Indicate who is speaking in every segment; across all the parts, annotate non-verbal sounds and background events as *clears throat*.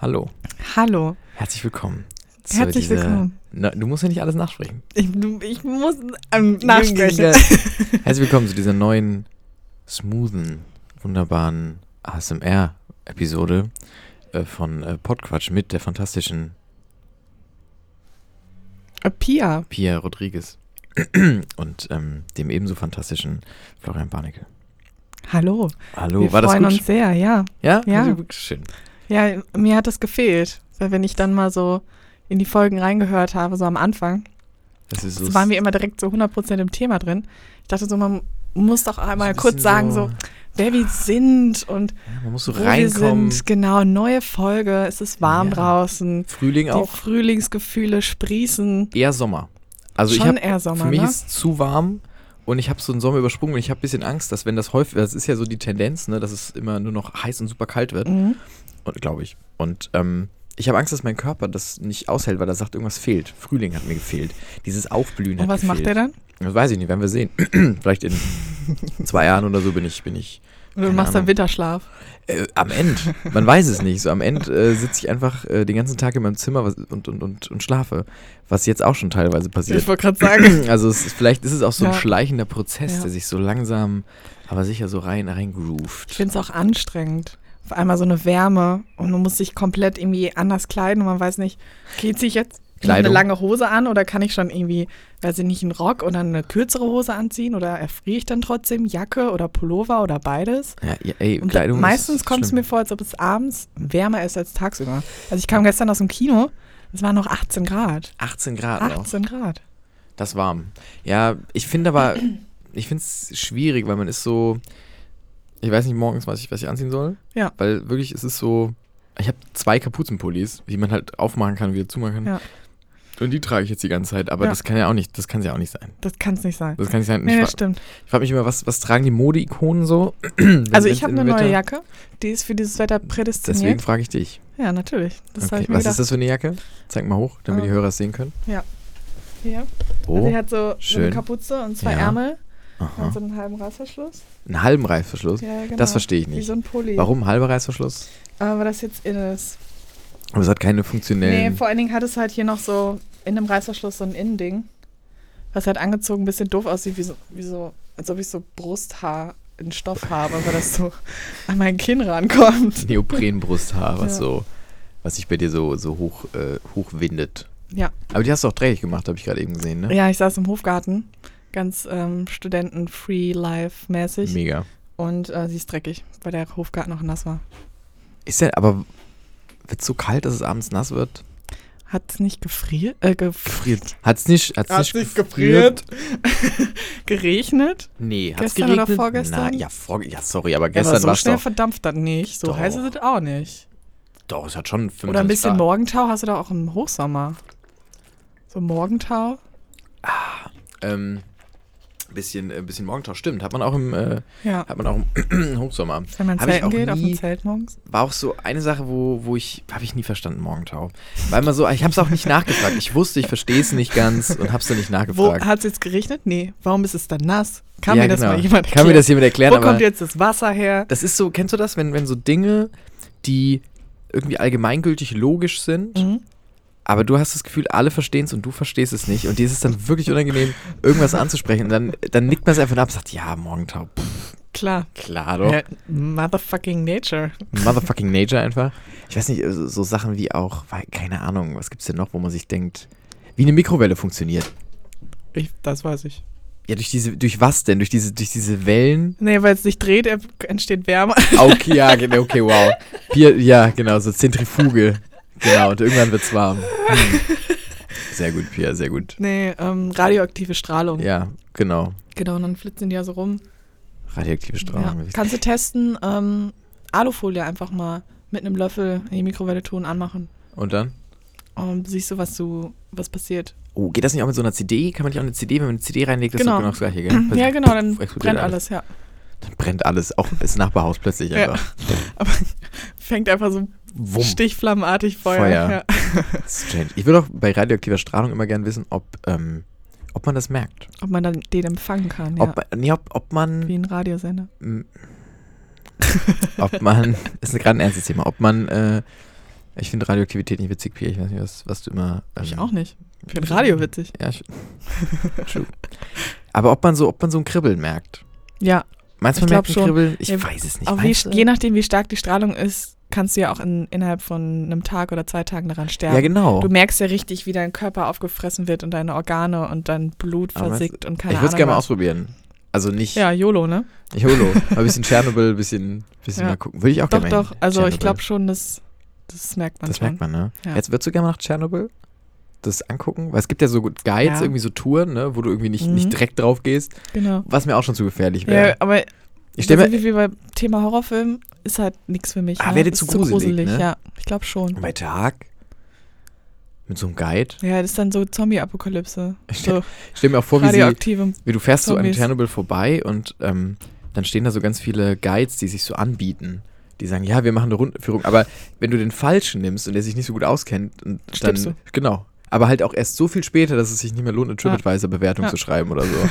Speaker 1: Hallo.
Speaker 2: Hallo.
Speaker 1: Herzlich willkommen. zu
Speaker 2: Herzlich
Speaker 1: dieser-
Speaker 2: willkommen.
Speaker 1: Na, du musst ja nicht alles nachsprechen.
Speaker 2: Ich, du- ich muss ähm, *laughs* nachsprechen.
Speaker 1: Herzlich willkommen zu dieser neuen, smoothen, wunderbaren ASMR-Episode äh, von äh, Podquatsch mit der fantastischen
Speaker 2: Äh, Pia.
Speaker 1: Pia Rodriguez *clears throat* und ähm, dem ebenso fantastischen Florian Barnecke.
Speaker 2: Hallo.
Speaker 1: Hallo,
Speaker 2: Wir
Speaker 1: war das
Speaker 2: freuen
Speaker 1: gut?
Speaker 2: uns sehr, ja.
Speaker 1: Ja,
Speaker 2: Ja.
Speaker 1: Also, schön.
Speaker 2: Ja, mir hat das gefehlt, weil wenn ich dann mal so in die Folgen reingehört habe, so am Anfang,
Speaker 1: Das ist so
Speaker 2: so waren wir immer direkt so 100% im Thema drin. Ich dachte so, man muss doch
Speaker 1: so ein
Speaker 2: einmal
Speaker 1: bisschen
Speaker 2: kurz sagen, so, wer wir sind und
Speaker 1: ja, man muss so
Speaker 2: wo wir
Speaker 1: reinkommen.
Speaker 2: sind. Genau, neue Folge, es ist warm
Speaker 1: Ja.
Speaker 2: draußen,
Speaker 1: Frühling auch.
Speaker 2: die Frühlingsgefühle sprießen.
Speaker 1: Eher Sommer. Also ich
Speaker 2: Schon
Speaker 1: habe
Speaker 2: eher Sommer,
Speaker 1: Für mich
Speaker 2: ne?
Speaker 1: ist es zu warm und ich habe so einen Sommer übersprungen und ich habe ein bisschen Angst, dass wenn das häufig, das ist ja so die Tendenz, ne, dass es immer nur noch heiß und super kalt wird,
Speaker 2: Mhm.
Speaker 1: und glaube ich. Und ähm, ich habe Angst, dass mein Körper das nicht aushält, weil er sagt, irgendwas fehlt. Frühling hat mir gefehlt. Dieses Aufblühen
Speaker 2: Und
Speaker 1: hat
Speaker 2: was
Speaker 1: gefehlt.
Speaker 2: macht er dann?
Speaker 1: Das weiß ich nicht, werden wir sehen. *clears throat* Vielleicht in zwei Jahren oder so bin ich, bin ich
Speaker 2: Du
Speaker 1: Keine
Speaker 2: machst dann
Speaker 1: Ahnung.
Speaker 2: Winterschlaf.
Speaker 1: äh, am End. Man weiß es nicht. So am End äh, sitze ich einfach äh, den ganzen Tag in meinem Zimmer was, und, und, und, und schlafe. Was jetzt auch schon teilweise passiert.
Speaker 2: Ich wollte
Speaker 1: *laughs*
Speaker 2: gerade
Speaker 1: *clears throat*
Speaker 2: sagen.
Speaker 1: Also es ist, vielleicht ist es auch so ein
Speaker 2: Ja.
Speaker 1: schleichender Prozess,
Speaker 2: Ja.
Speaker 1: der sich so langsam, aber sicher so rein, rein groovt.
Speaker 2: Ich finde es auch anstrengend. Auf einmal so eine Wärme und man muss sich komplett irgendwie anders kleiden und man weiß nicht, okay, ziehe ich jetzt noch eine
Speaker 1: Kleidung.
Speaker 2: lange Hose an oder kann ich schon irgendwie, weiß ich nicht, einen Rock oder eine kürzere Hose anziehen oder erfriere ich dann trotzdem Jacke oder Pullover oder beides?
Speaker 1: ja, ja, ey,
Speaker 2: Und
Speaker 1: Kleidung
Speaker 2: meistens
Speaker 1: ist
Speaker 2: kommt es
Speaker 1: schlimm.
Speaker 2: mir vor, als ob es abends wärmer ist als tagsüber. Also ich kam gestern aus dem Kino, es waren noch 18 Grad.
Speaker 1: 18 Grad noch.
Speaker 2: 18 Grad.
Speaker 1: Das warm. Ja, ich finde
Speaker 2: *clears throat*
Speaker 1: aber, ich finde es schwierig, weil man ist so, ich weiß nicht morgens, was ich, was ich anziehen soll.
Speaker 2: Ja.
Speaker 1: Weil wirklich, es ist so, ich habe zwei Kapuzenpullis, die man halt aufmachen kann, wieder zumachen kann.
Speaker 2: Ja.
Speaker 1: Und die trage ich jetzt die ganze Zeit, aber
Speaker 2: Ja.
Speaker 1: das kann ja auch nicht, das kann ja auch nicht sein.
Speaker 2: Das kann es nicht sein.
Speaker 1: Das kann nicht sein.
Speaker 2: Nee,
Speaker 1: Äh, ich
Speaker 2: das
Speaker 1: fra-
Speaker 2: stimmt.
Speaker 1: ich frage mich immer, was, was tragen die Mode-Ikonen so? *clears throat*
Speaker 2: Also ich habe eine neue Jacke, die ist für dieses Wetter prädestiniert.
Speaker 1: Deswegen frage ich dich.
Speaker 2: Ja, natürlich. Das habe
Speaker 1: Okay,
Speaker 2: ich mir
Speaker 1: was ist
Speaker 2: gedacht.
Speaker 1: das für eine Jacke? Zeig mal hoch, damit
Speaker 2: Ah.
Speaker 1: die Hörer es sehen können.
Speaker 2: Hier. Also
Speaker 1: Oh,
Speaker 2: die hat so, so eine
Speaker 1: schön.
Speaker 2: Kapuze und zwei
Speaker 1: Ja.
Speaker 2: Ärmel und
Speaker 1: aha.
Speaker 2: so einen halben Reißverschluss.
Speaker 1: Einen halben Reißverschluss?
Speaker 2: Ja, genau.
Speaker 1: Das verstehe ich
Speaker 2: Wie
Speaker 1: nicht.
Speaker 2: so ein Pulli.
Speaker 1: Warum halber Reißverschluss?
Speaker 2: Aber das jetzt in ist.
Speaker 1: Aber es hat keine
Speaker 2: Nee,
Speaker 1: funktionellen... *laughs*
Speaker 2: vor allen Dingen hat es halt hier noch so in einem Reißverschluss so ein Innending, was halt angezogen ein bisschen doof aussieht, wie so, wie so als ob ich so Brusthaar in Stoff habe, weil das so *laughs* an mein Kinn rankommt.
Speaker 1: Neoprenbrusthaar, was
Speaker 2: *laughs* Ja.
Speaker 1: so, was sich bei dir so, so hoch, äh, hochwindet.
Speaker 2: Ja.
Speaker 1: Aber die hast du auch dreckig gemacht, habe ich gerade eben gesehen, ne?
Speaker 2: Ja, ich saß im Hofgarten, ganz ähm, Studenten-Free-Life-mäßig
Speaker 1: Mega.
Speaker 2: und äh, sie ist dreckig, weil der Hofgarten noch nass war.
Speaker 1: Ist ja, aber wird so kalt, dass es abends nass wird?
Speaker 2: Hat es nicht gefriert? Äh, gef
Speaker 1: Friert. Hat's nicht, hat's
Speaker 2: Hat's
Speaker 1: nicht,
Speaker 2: nicht gefriert? *laughs* geregnet?
Speaker 1: Nee, hat's
Speaker 2: Gestern oder
Speaker 1: geregnet?
Speaker 2: vorgestern?
Speaker 1: Na, ja, vor, ja, sorry, aber
Speaker 2: Ja, aber
Speaker 1: gestern
Speaker 2: so
Speaker 1: war es
Speaker 2: schnell
Speaker 1: doch.
Speaker 2: verdampft das nicht. So
Speaker 1: Doch.
Speaker 2: heiß ist es auch nicht.
Speaker 1: Doch, es hat schon 25
Speaker 2: Oder ein bisschen
Speaker 1: Grad.
Speaker 2: Morgentau hast du doch auch im Hochsommer. So Morgentau.
Speaker 1: Ähm, bisschen, äh, bisschen Morgentau, stimmt. Hat man auch im, äh,
Speaker 2: Ja.
Speaker 1: hat man auch im *clears throat* Hochsommer.
Speaker 2: Wenn man
Speaker 1: Hab ich
Speaker 2: zelten
Speaker 1: auch
Speaker 2: geht, auf
Speaker 1: nie-
Speaker 2: dem Zelt morgens.
Speaker 1: War auch so eine Sache, wo, wo ich, habe ich nie verstanden, Morgentau. Weil man so, ich habe es auch nicht nachgefragt. Ich wusste, ich verstehe es nicht ganz und habe es dann nicht
Speaker 2: Wo
Speaker 1: nachgefragt.
Speaker 2: hat es jetzt geregnet? Nee. Warum ist es dann nass? Kann
Speaker 1: Ja,
Speaker 2: mir das
Speaker 1: genau.
Speaker 2: mal jemand erklären?
Speaker 1: Kann mir das jemand erklären?
Speaker 2: Wo
Speaker 1: aber
Speaker 2: kommt jetzt das Wasser her?
Speaker 1: das ist so, kennst du das, wenn, wenn so Dinge, die irgendwie allgemeingültig logisch sind,
Speaker 2: Mhm.
Speaker 1: aber du hast das Gefühl, alle verstehen es und du verstehst es nicht. Und dir ist es dann wirklich unangenehm, irgendwas anzusprechen. Und dann, dann nickt man es einfach ab und sagt, ja, Morgentau, pff,
Speaker 2: Klar.
Speaker 1: klar doch.
Speaker 2: Ja, motherfucking Nature.
Speaker 1: Motherfucking Nature einfach. Ich weiß nicht, so, so Sachen wie auch, weil- keine Ahnung, was gibt's denn noch, wo man sich denkt, wie eine Mikrowelle funktioniert.
Speaker 2: Ich, das weiß ich.
Speaker 1: Ja, durch diese, durch was denn? Durch diese, durch diese Wellen?
Speaker 2: Nee, weil es sich dreht, entsteht Wärme. *laughs*
Speaker 1: Okay, ja, genau, okay, wow. Bier, ja, genau, so Zentrifuge. Genau, und irgendwann wird's warm. Hm. Sehr gut, Pia, sehr gut.
Speaker 2: Nee, ähm, radioaktive Strahlung.
Speaker 1: Ja, genau.
Speaker 2: Genau, und dann flitzen die ja so rum.
Speaker 1: Radioaktive
Speaker 2: Ja.
Speaker 1: Strahlung.
Speaker 2: Kannst du testen, ähm, Alufolie einfach mal mit einem Löffel in die Mikrowelle tun, anmachen.
Speaker 1: Und dann?
Speaker 2: Und siehst du, was du, was passiert.
Speaker 1: Oh, geht das nicht auch mit so einer CD? Kann man nicht auch eine CD, wenn man eine CD reinlegt, das
Speaker 2: Genau.
Speaker 1: ist doch genau das gleiche, gell?
Speaker 2: ja, genau, dann
Speaker 1: explodiert
Speaker 2: brennt alles, ja.
Speaker 1: Dann brennt alles, auch das Nachbarhaus plötzlich
Speaker 2: Ja.
Speaker 1: einfach.
Speaker 2: Aber fängt einfach so
Speaker 1: Wumm.
Speaker 2: stichflammenartig Feuer.
Speaker 1: Feuer.
Speaker 2: Ja.
Speaker 1: Strange. Ich würde auch bei radioaktiver Strahlung immer gerne wissen, ob, ähm, ob man das merkt.
Speaker 2: Ob man dann den empfangen kann, ja.
Speaker 1: Ob, man- nee, ob, ob man.
Speaker 2: Wie ein Radiosender.
Speaker 1: *laughs* m- ob man. ist gerade ein ernstes Thema. Ob man äh, Ich finde Radioaktivität nicht witzig, Pia. Ich weiß nicht, was, was du immer.
Speaker 2: Ich
Speaker 1: ähm,
Speaker 2: auch nicht. Ich finde Radio witzig.
Speaker 1: Ja, ich, *laughs* true. Aber ob man so, ob man so ein Kribbeln merkt.
Speaker 2: Ja,
Speaker 1: Meinst du,
Speaker 2: Ich
Speaker 1: man merkt
Speaker 2: glaub
Speaker 1: ein
Speaker 2: schon.
Speaker 1: Kribbeln? Ich
Speaker 2: Ja,
Speaker 1: weiß es nicht.
Speaker 2: aber wie,
Speaker 1: Meinst du?
Speaker 2: je nachdem, wie stark die Strahlung ist, kannst du ja auch in, innerhalb von einem Tag oder zwei Tagen daran sterben.
Speaker 1: ja, genau.
Speaker 2: Du merkst ja richtig, wie dein Körper aufgefressen wird und deine Organe und dein Blut
Speaker 1: Aber meinst
Speaker 2: versickt und keine
Speaker 1: Ich würde
Speaker 2: Ahnung.
Speaker 1: es gerne mal
Speaker 2: was.
Speaker 1: ausprobieren. Also nicht.
Speaker 2: halt Ja, YOLO, ne?
Speaker 1: Ich holo. Mal ein bisschen Tschernobyl, ein bisschen, bisschen
Speaker 2: Ja.
Speaker 1: mal gucken. Würde ich auch
Speaker 2: Doch,
Speaker 1: gerne mal
Speaker 2: doch.
Speaker 1: hin.
Speaker 2: Also ich
Speaker 1: Tschernobyl.
Speaker 2: glaube schon, das, das merkt man
Speaker 1: Das
Speaker 2: schon.
Speaker 1: merkt man, ne?
Speaker 2: Ja.
Speaker 1: Jetzt würdest du gerne mal nach Tschernobyl das angucken? Weil es gibt ja so gut Guides,
Speaker 2: Ja.
Speaker 1: irgendwie so Touren, ne? wo du irgendwie nicht,
Speaker 2: Mhm.
Speaker 1: nicht direkt drauf gehst,
Speaker 2: Genau.
Speaker 1: was mir auch schon zu gefährlich wäre.
Speaker 2: Ja, aber
Speaker 1: ich stelle mir.
Speaker 2: wie, wie beim Thema Horrorfilm ist halt nichts für mich.
Speaker 1: Ah,
Speaker 2: ne?
Speaker 1: wäre dir
Speaker 2: ist
Speaker 1: zu gruselig, ne?
Speaker 2: ja. Ich glaube schon.
Speaker 1: Und bei Tag? Mit so einem Guide?
Speaker 2: Ja, das ist dann so Zombie-Apokalypse.
Speaker 1: Ich
Speaker 2: So
Speaker 1: Ich stelle mir auch vor, wie, sie,
Speaker 2: radioaktive.
Speaker 1: wie du fährst so an
Speaker 2: Zombies.
Speaker 1: Tschernobyl vorbei und ähm, dann stehen da so ganz viele Guides, die sich so anbieten. Die sagen, ja, wir machen eine Rundführung. Aber wenn du den Falschen nimmst und der sich nicht so gut auskennt, und dann.
Speaker 2: Stirbst du.
Speaker 1: Genau. Aber halt auch erst so viel später, dass es sich nicht mehr lohnt, eine TripAdvisor-Bewertung
Speaker 2: Ja.
Speaker 1: zu schreiben oder
Speaker 2: *laughs*
Speaker 1: so. Und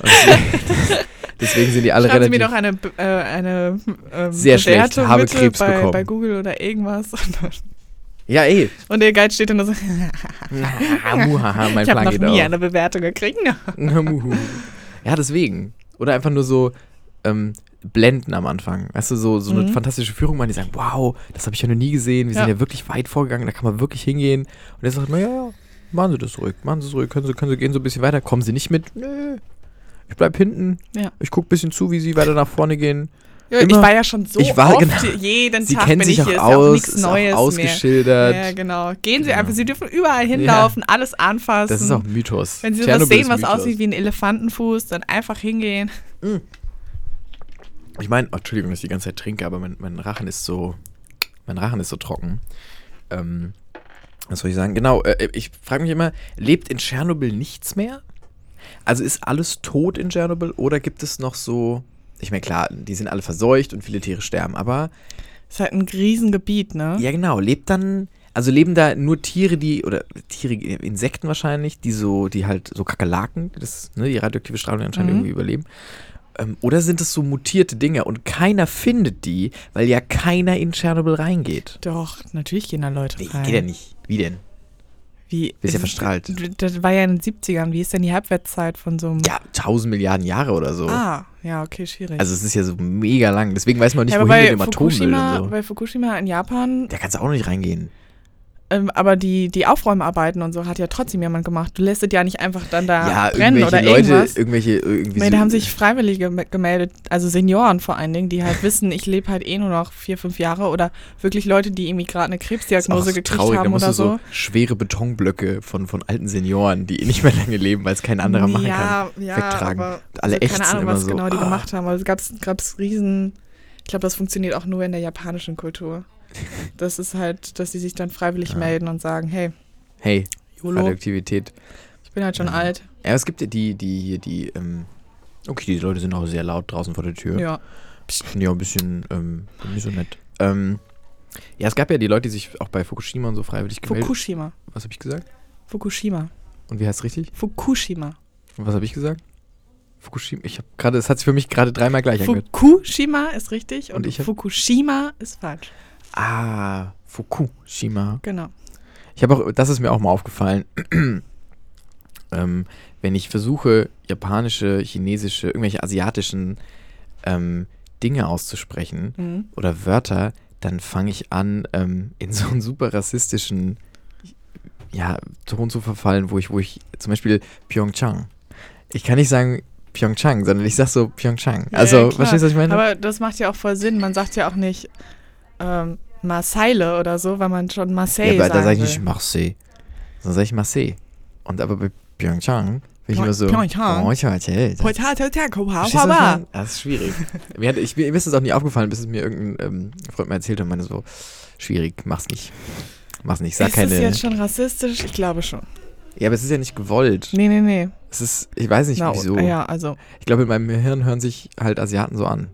Speaker 1: deswegen, *laughs* deswegen sind die alle
Speaker 2: Schreiben Sie mir
Speaker 1: relativ.
Speaker 2: doch eine, Be- äh, eine ähm,
Speaker 1: Sehr schlecht,
Speaker 2: Bewertung
Speaker 1: habe
Speaker 2: bitte
Speaker 1: Krebs
Speaker 2: bei,
Speaker 1: bekommen.
Speaker 2: bei Google oder irgendwas. *laughs* Und, dann-
Speaker 1: Ja, eh.
Speaker 2: *laughs*
Speaker 1: ey.
Speaker 2: und der Guide steht dann da so,
Speaker 1: Muhaha, mein
Speaker 2: ich habe
Speaker 1: Plan
Speaker 2: noch
Speaker 1: geht
Speaker 2: nie
Speaker 1: auf.
Speaker 2: eine Bewertung gekriegt.
Speaker 1: *laughs* Muhu. Ja, deswegen. Oder einfach nur so ähm, blenden am Anfang. Weißt du, so, so eine
Speaker 2: Mhm.
Speaker 1: fantastische Führung machen, die sagen, wow, das habe ich ja noch nie gesehen, wir sind
Speaker 2: Ja.
Speaker 1: ja wirklich weit vorgegangen, da kann man wirklich hingehen. Und er sagt, naja, ja, machen Sie das ruhig, machen Sie es ruhig, können Sie, können Sie gehen so ein bisschen weiter, kommen Sie nicht mit, nö, ich bleib hinten,
Speaker 2: Ja.
Speaker 1: ich gucke ein bisschen zu, wie Sie weiter nach vorne gehen.
Speaker 2: Ja, ich
Speaker 1: Immer-
Speaker 2: war ja schon so
Speaker 1: Ich war-
Speaker 2: oft,
Speaker 1: genau.
Speaker 2: jeden
Speaker 1: Sie
Speaker 2: Tag
Speaker 1: kennen
Speaker 2: bin
Speaker 1: sich
Speaker 2: ich
Speaker 1: auch
Speaker 2: hier,
Speaker 1: aus,
Speaker 2: ist ja auch nichts
Speaker 1: ist
Speaker 2: Neues
Speaker 1: auch
Speaker 2: mehr.
Speaker 1: ausgeschildert.
Speaker 2: Ja, genau. Gehen Sie
Speaker 1: Genau.
Speaker 2: einfach, Sie dürfen überall hinlaufen, alles anfassen.
Speaker 1: Das ist auch Mythos.
Speaker 2: Wenn Sie
Speaker 1: Tschernobyl
Speaker 2: was sehen,
Speaker 1: ist
Speaker 2: was
Speaker 1: Mythos.
Speaker 2: aussieht wie ein Elefantenfuß, dann einfach hingehen. *laughs*
Speaker 1: Ich meine, oh, Entschuldigung, dass ich die ganze Zeit trinke, aber mein, mein Rachen ist so, mein Rachen ist so trocken. Ähm, was soll ich sagen? Genau, äh, ich frage mich immer, lebt in Tschernobyl nichts mehr? Also ist alles tot in Tschernobyl oder gibt es noch so, ich meine, klar, die sind alle verseucht und viele Tiere sterben, aber
Speaker 2: Ist halt ein Riesengebiet, ne?
Speaker 1: ja genau, lebt dann, also leben da nur Tiere, die, oder Tiere, Insekten wahrscheinlich, die so, die halt so Kakerlaken, das, ne, die radioaktive Strahlung anscheinend
Speaker 2: Mhm.
Speaker 1: irgendwie überleben. Ähm, oder sind es so mutierte Dinge und keiner findet die, weil ja keiner in Tschernobyl reingeht?
Speaker 2: Doch, natürlich gehen da Leute
Speaker 1: Nee,
Speaker 2: rein.
Speaker 1: geht ja nicht. Wie denn?
Speaker 2: Wie,
Speaker 1: Bist ja
Speaker 2: es-
Speaker 1: verstrahlt.
Speaker 2: Das war ja in den 70ern. Wie ist denn die Halbwertszeit von so einem.
Speaker 1: Ja, tausend Milliarden Jahre oder so.
Speaker 2: Ah, ja, okay, schwierig.
Speaker 1: Also es ist ja so mega lang. Deswegen weiß man nicht,
Speaker 2: ja, aber
Speaker 1: wohin mit
Speaker 2: bei
Speaker 1: dem Atommüll und
Speaker 2: Fukushima,
Speaker 1: so.
Speaker 2: bei Fukushima in Japan,
Speaker 1: Da kannst du auch nicht reingehen.
Speaker 2: ähm, aber die, die Aufräumarbeiten und so hat ja trotzdem jemand gemacht. Du lässt es ja nicht einfach dann da
Speaker 1: ja,
Speaker 2: brennen
Speaker 1: irgendwelche
Speaker 2: oder
Speaker 1: Leute,
Speaker 2: irgendwas.
Speaker 1: irgendwelche irgendwie.
Speaker 2: Nee, da
Speaker 1: so-
Speaker 2: haben sich Freiwillige me- gemeldet, also Senioren vor allen Dingen, die halt wissen, ich lebe halt eh nur noch vier, fünf Jahre oder wirklich Leute, die irgendwie gerade eine
Speaker 1: ist auch
Speaker 2: Krebsdiagnose
Speaker 1: so
Speaker 2: gekriegt
Speaker 1: traurig. Da
Speaker 2: haben
Speaker 1: musst
Speaker 2: oder
Speaker 1: du so
Speaker 2: so.
Speaker 1: schwere Betonblöcke von, von alten Senioren, die eh nicht mehr lange leben, weil es kein anderer machen kann.
Speaker 2: ja, ja,
Speaker 1: wegtragen.
Speaker 2: aber
Speaker 1: Und alle
Speaker 2: also
Speaker 1: ächzen
Speaker 2: keine Ahnung,
Speaker 1: immer
Speaker 2: was
Speaker 1: so.
Speaker 2: genau die
Speaker 1: ah.
Speaker 2: gemacht haben. Aber es gab es riesen, ich glaube, das funktioniert auch nur in der
Speaker 1: *laughs*
Speaker 2: japanischen Kultur. Das ist halt, dass die sich dann freiwillig
Speaker 1: Ja.
Speaker 2: melden und sagen, hey,
Speaker 1: Hey,
Speaker 2: YOLO,
Speaker 1: Radioaktivität.
Speaker 2: ich bin halt schon
Speaker 1: Ja.
Speaker 2: alt.
Speaker 1: Ja, es gibt ja die, die hier, die, ähm, okay, die Leute sind auch sehr laut draußen vor der Tür.
Speaker 2: Ja.
Speaker 1: Ja, ein bisschen, ähm, nicht so nett. Ähm, ja, es gab ja die Leute, die sich auch bei Fukushima und so freiwillig gemeldet
Speaker 2: Fukushima.
Speaker 1: Was habe ich gesagt?
Speaker 2: Fukushima.
Speaker 1: Und wie heißt richtig?
Speaker 2: Fukushima.
Speaker 1: Und was habe ich gesagt? Fukushima. Ich habe gerade, es hat sich für mich gerade dreimal gleich angehört.
Speaker 2: Fukushima ist richtig
Speaker 1: Ah, Und
Speaker 2: und,
Speaker 1: ich hab-
Speaker 2: Fukushima ist falsch.
Speaker 1: Ah, Fukushima.
Speaker 2: Genau.
Speaker 1: Ich habe auch, das ist mir auch mal aufgefallen, *clears throat* ähm, wenn ich versuche, japanische, chinesische, irgendwelche asiatischen ähm, Dinge auszusprechen
Speaker 2: Mhm.
Speaker 1: oder Wörter, dann fange ich an, ähm, in so einen super rassistischen ja, Ton zu verfallen, wo ich, wo ich zum Beispiel Pyeongchang. Ich kann nicht sagen Pyeongchang, sondern ich sag so Pyeongchang.
Speaker 2: Ja,
Speaker 1: Also,
Speaker 2: ja, klar.
Speaker 1: verstehst du, was ich meine?
Speaker 2: Aber das macht ja auch voll Sinn. Man sagt ja auch nicht ähm, Marseille oder so, weil man schon Marseille
Speaker 1: ja, aber
Speaker 2: sagen
Speaker 1: da sage ich
Speaker 2: will.
Speaker 1: nicht Marseille, sondern sage ich Marseille. Und aber bei Pyeongchang bin ich
Speaker 2: Pyeong-
Speaker 1: immer so.
Speaker 2: Pyeongchang.
Speaker 1: Oh, ich erzähl, das-
Speaker 2: Potato Taco,
Speaker 1: Verstehst du, was ich meine? Das ist schwierig. mir, hat, ich, mir ist es auch nie aufgefallen, bis es mir irgendein ähm, Freund mir erzählt hat und meinte so, schwierig, mach's nicht. Mach's nicht, sag
Speaker 2: Ist
Speaker 1: keine.
Speaker 2: das jetzt schon rassistisch? Ich glaube schon.
Speaker 1: ja, aber es ist ja nicht gewollt.
Speaker 2: Nee, nee, nee.
Speaker 1: Es ist, ich weiß nicht
Speaker 2: Na,
Speaker 1: wieso.
Speaker 2: Ja, also.
Speaker 1: Ich glaube, in meinem Hirn hören sich halt Asiaten so an.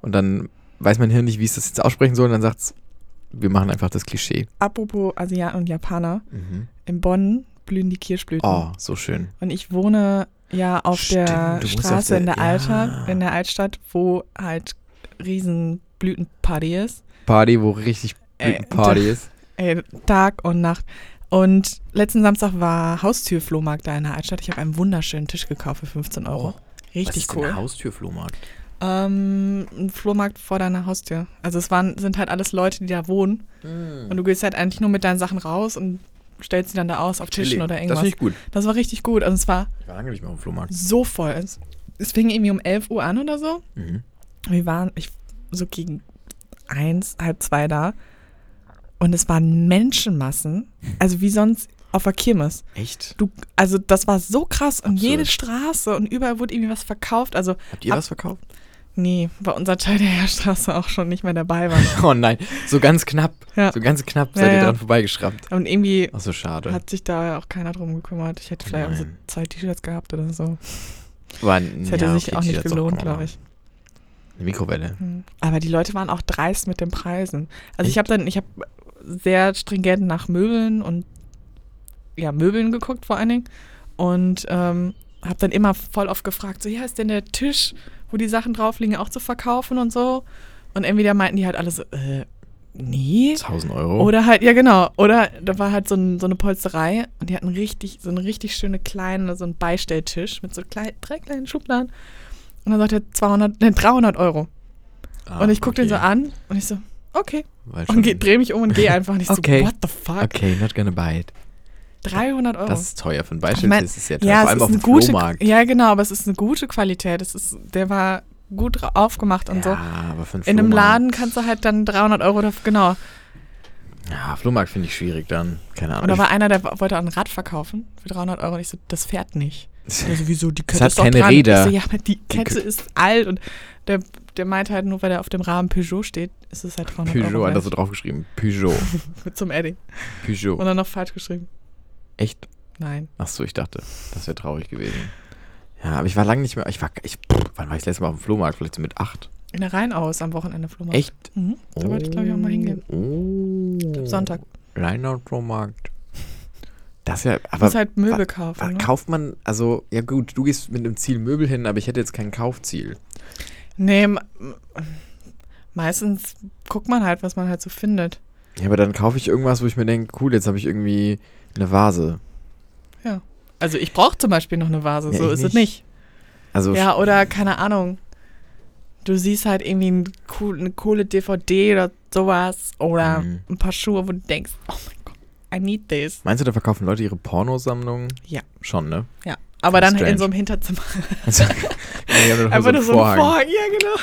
Speaker 1: Und dann weiß mein Hirn nicht, wie es das jetzt aussprechen soll und dann sagt's, wir machen einfach das Klischee.
Speaker 2: Apropos Asiaten und Japaner. In Bonn blühen die Kirschblüten.
Speaker 1: Oh, so schön.
Speaker 2: Und ich wohne ja auf
Speaker 1: Stimmt,
Speaker 2: der
Speaker 1: du wohnst auf
Speaker 2: Straße in
Speaker 1: der-
Speaker 2: der Altstadt,
Speaker 1: ja.
Speaker 2: in der Altstadt, wo halt riesen Blütenparty ist.
Speaker 1: Party, wo richtig
Speaker 2: Äh,
Speaker 1: Blütenparty ist.
Speaker 2: Ey, Tag und Nacht. Und letzten Samstag war Haustürflohmarkt da in der Altstadt. Ich habe einen wunderschönen Tisch gekauft für 15
Speaker 1: Oh,
Speaker 2: Euro.
Speaker 1: Was
Speaker 2: Richtig
Speaker 1: ist denn
Speaker 2: cool.
Speaker 1: ein Haustürflohmarkt?
Speaker 2: Ähm, ein Flohmarkt vor deiner Haustür. Also es waren, sind halt alles Leute, die da wohnen.
Speaker 1: Hm. Mhm.
Speaker 2: Und du gehst halt eigentlich nur mit deinen Sachen raus und stellst sie dann da aus auf Tischen
Speaker 1: Chili.
Speaker 2: oder
Speaker 1: Das
Speaker 2: irgendwas.
Speaker 1: finde ich gut.
Speaker 2: das war richtig gut. Also es war
Speaker 1: Ich war lange nicht mehr auf dem Flohmarkt.
Speaker 2: so voll. Es, es fing irgendwie um 11 Uhr an oder so.
Speaker 1: Mhm.
Speaker 2: Wir waren ich, so gegen eins, halb zwei da. Und es waren Menschenmassen. Also wie sonst auf der Kirmes.
Speaker 1: Echt?
Speaker 2: Du, also das war so krass. Und jede
Speaker 1: Absurd.
Speaker 2: Straße und überall wurde irgendwie was verkauft. Also
Speaker 1: Habt ihr
Speaker 2: Ab-
Speaker 1: was verkauft?
Speaker 2: nee, war unser Teil der *laughs* Heerstraße auch schon nicht mehr dabei war.
Speaker 1: *laughs* Oh nein, so ganz knapp.
Speaker 2: Ja.
Speaker 1: So ganz knapp
Speaker 2: Ja,
Speaker 1: seid ihr
Speaker 2: ja.
Speaker 1: dran vorbeigeschrammt.
Speaker 2: Und irgendwie
Speaker 1: Ach so, schade.
Speaker 2: hat sich da auch keiner drum gekümmert. Ich hätte
Speaker 1: Oh
Speaker 2: vielleicht auch so
Speaker 1: nein.
Speaker 2: zwei T-Shirts gehabt oder so.
Speaker 1: War,
Speaker 2: Das hätte sich auch nicht gelohnt, glaube ich.
Speaker 1: Eine Mikrowelle.
Speaker 2: Hm. Aber die Leute waren auch dreist mit den Preisen. Also ich habe dann, ich habe sehr stringent nach Möbeln und ja, Möbeln geguckt vor allen Dingen und ähm, habe dann immer voll oft gefragt, so ja, ist denn der Tisch, wo die Sachen drauf liegen, auch zu verkaufen und so? Und entweder meinten die halt alle so, äh, nee.
Speaker 1: 1000 Euro.
Speaker 2: Oder halt, ja genau, oder da war halt so, ein, so eine Polsterei und die hatten richtig, so eine richtig schöne kleine, so einen Beistelltisch mit so klein, drei kleinen Schubladen. Und dann sagt er 200, ne, 300 Euro.
Speaker 1: Ah,
Speaker 2: und ich gucke den so
Speaker 1: okay.
Speaker 2: an und ich so, okay.
Speaker 1: Weil schon-
Speaker 2: Und geh, dreh mich um
Speaker 1: *laughs*
Speaker 2: und gehe einfach. Und ich
Speaker 1: Okay.
Speaker 2: so, what the fuck?
Speaker 1: Okay, not gonna bite.
Speaker 2: 300 Euro.
Speaker 1: Das ist teuer. Für ein
Speaker 2: Ich
Speaker 1: Beispiel
Speaker 2: mein,
Speaker 1: ist es ja teuer.
Speaker 2: ja,
Speaker 1: Vor
Speaker 2: es
Speaker 1: allem
Speaker 2: ist
Speaker 1: auf
Speaker 2: eine
Speaker 1: dem
Speaker 2: gute,
Speaker 1: Flohmarkt.
Speaker 2: ja, genau, aber es ist eine gute Qualität. Es ist, der war gut ra- aufgemacht
Speaker 1: ja,
Speaker 2: und so.
Speaker 1: aber für einen
Speaker 2: In einem
Speaker 1: Flohmarkt-
Speaker 2: Laden kannst du halt dann 300 Euro, dafür- genau.
Speaker 1: Ja, Flohmarkt finde ich schwierig dann. Keine
Speaker 2: Und da
Speaker 1: Ahnung.
Speaker 2: war einer, der wollte auch ein Rad verkaufen für 300 Euro. Und ich so, das
Speaker 1: *laughs*
Speaker 2: fährt nicht.
Speaker 1: Ich-
Speaker 2: Also wieso, die
Speaker 1: Es
Speaker 2: Kette
Speaker 1: hat
Speaker 2: ist doch
Speaker 1: keine
Speaker 2: dran.
Speaker 1: Räder.
Speaker 2: Ich so, ja, aber die Kette
Speaker 1: Kö-
Speaker 2: ist alt. Und der, der meint halt, nur weil er auf dem Rahmen Peugeot steht, ist es halt 300
Speaker 1: Peugeot,
Speaker 2: Euro.
Speaker 1: hat
Speaker 2: wert.
Speaker 1: das so draufgeschrieben. Peugeot.
Speaker 2: *laughs* Mit zum Edding. Und
Speaker 1: Peugeot.
Speaker 2: dann noch falsch geschrieben.
Speaker 1: Echt?
Speaker 2: Nein.
Speaker 1: Achso, ich dachte, das wäre traurig gewesen. Ja, aber ich war lange nicht mehr. Ich war, ich, pff, wann war ich das letzte Mal auf dem Flohmarkt? Vielleicht so mit acht.
Speaker 2: In der Rheinaus am Wochenende Flohmarkt.
Speaker 1: Echt?
Speaker 2: Mhm. Da wollte ich, glaube ich, auch mal hingehen.
Speaker 1: Oh.
Speaker 2: Am Sonntag.
Speaker 1: Rheinland Flohmarkt. Das ist ja, aber
Speaker 2: Muss halt Möbel
Speaker 1: wa- wa-
Speaker 2: kaufen. Ne?
Speaker 1: kauft man, also, ja gut, du gehst mit einem Ziel Möbel hin, aber ich hätte jetzt kein Kaufziel.
Speaker 2: Nee, m- m- meistens guckt man halt, was man halt so findet.
Speaker 1: Ja, aber dann kaufe ich irgendwas, wo ich mir denke, cool, jetzt habe ich irgendwie eine Vase.
Speaker 2: Also ich brauche zum Beispiel noch eine Vase,
Speaker 1: Ja,
Speaker 2: so
Speaker 1: ich
Speaker 2: ist es
Speaker 1: nicht.
Speaker 2: nicht.
Speaker 1: Also,
Speaker 2: Ja, oder keine Ahnung. Du siehst halt irgendwie ein cool, eine coole DVD oder sowas oder
Speaker 1: Mhm.
Speaker 2: ein paar Schuhe, wo du denkst, oh mein Gott, I need this.
Speaker 1: meinst du, da verkaufen Leute ihre Pornosammlungen?
Speaker 2: Ja.
Speaker 1: Schon, ne? *laughs*
Speaker 2: Ja, aber dann
Speaker 1: Strange.
Speaker 2: in so einem Hinterzimmer.
Speaker 1: Also, die haben doch
Speaker 2: Einfach nur
Speaker 1: einen
Speaker 2: so ein Vorhang. Ja, genau.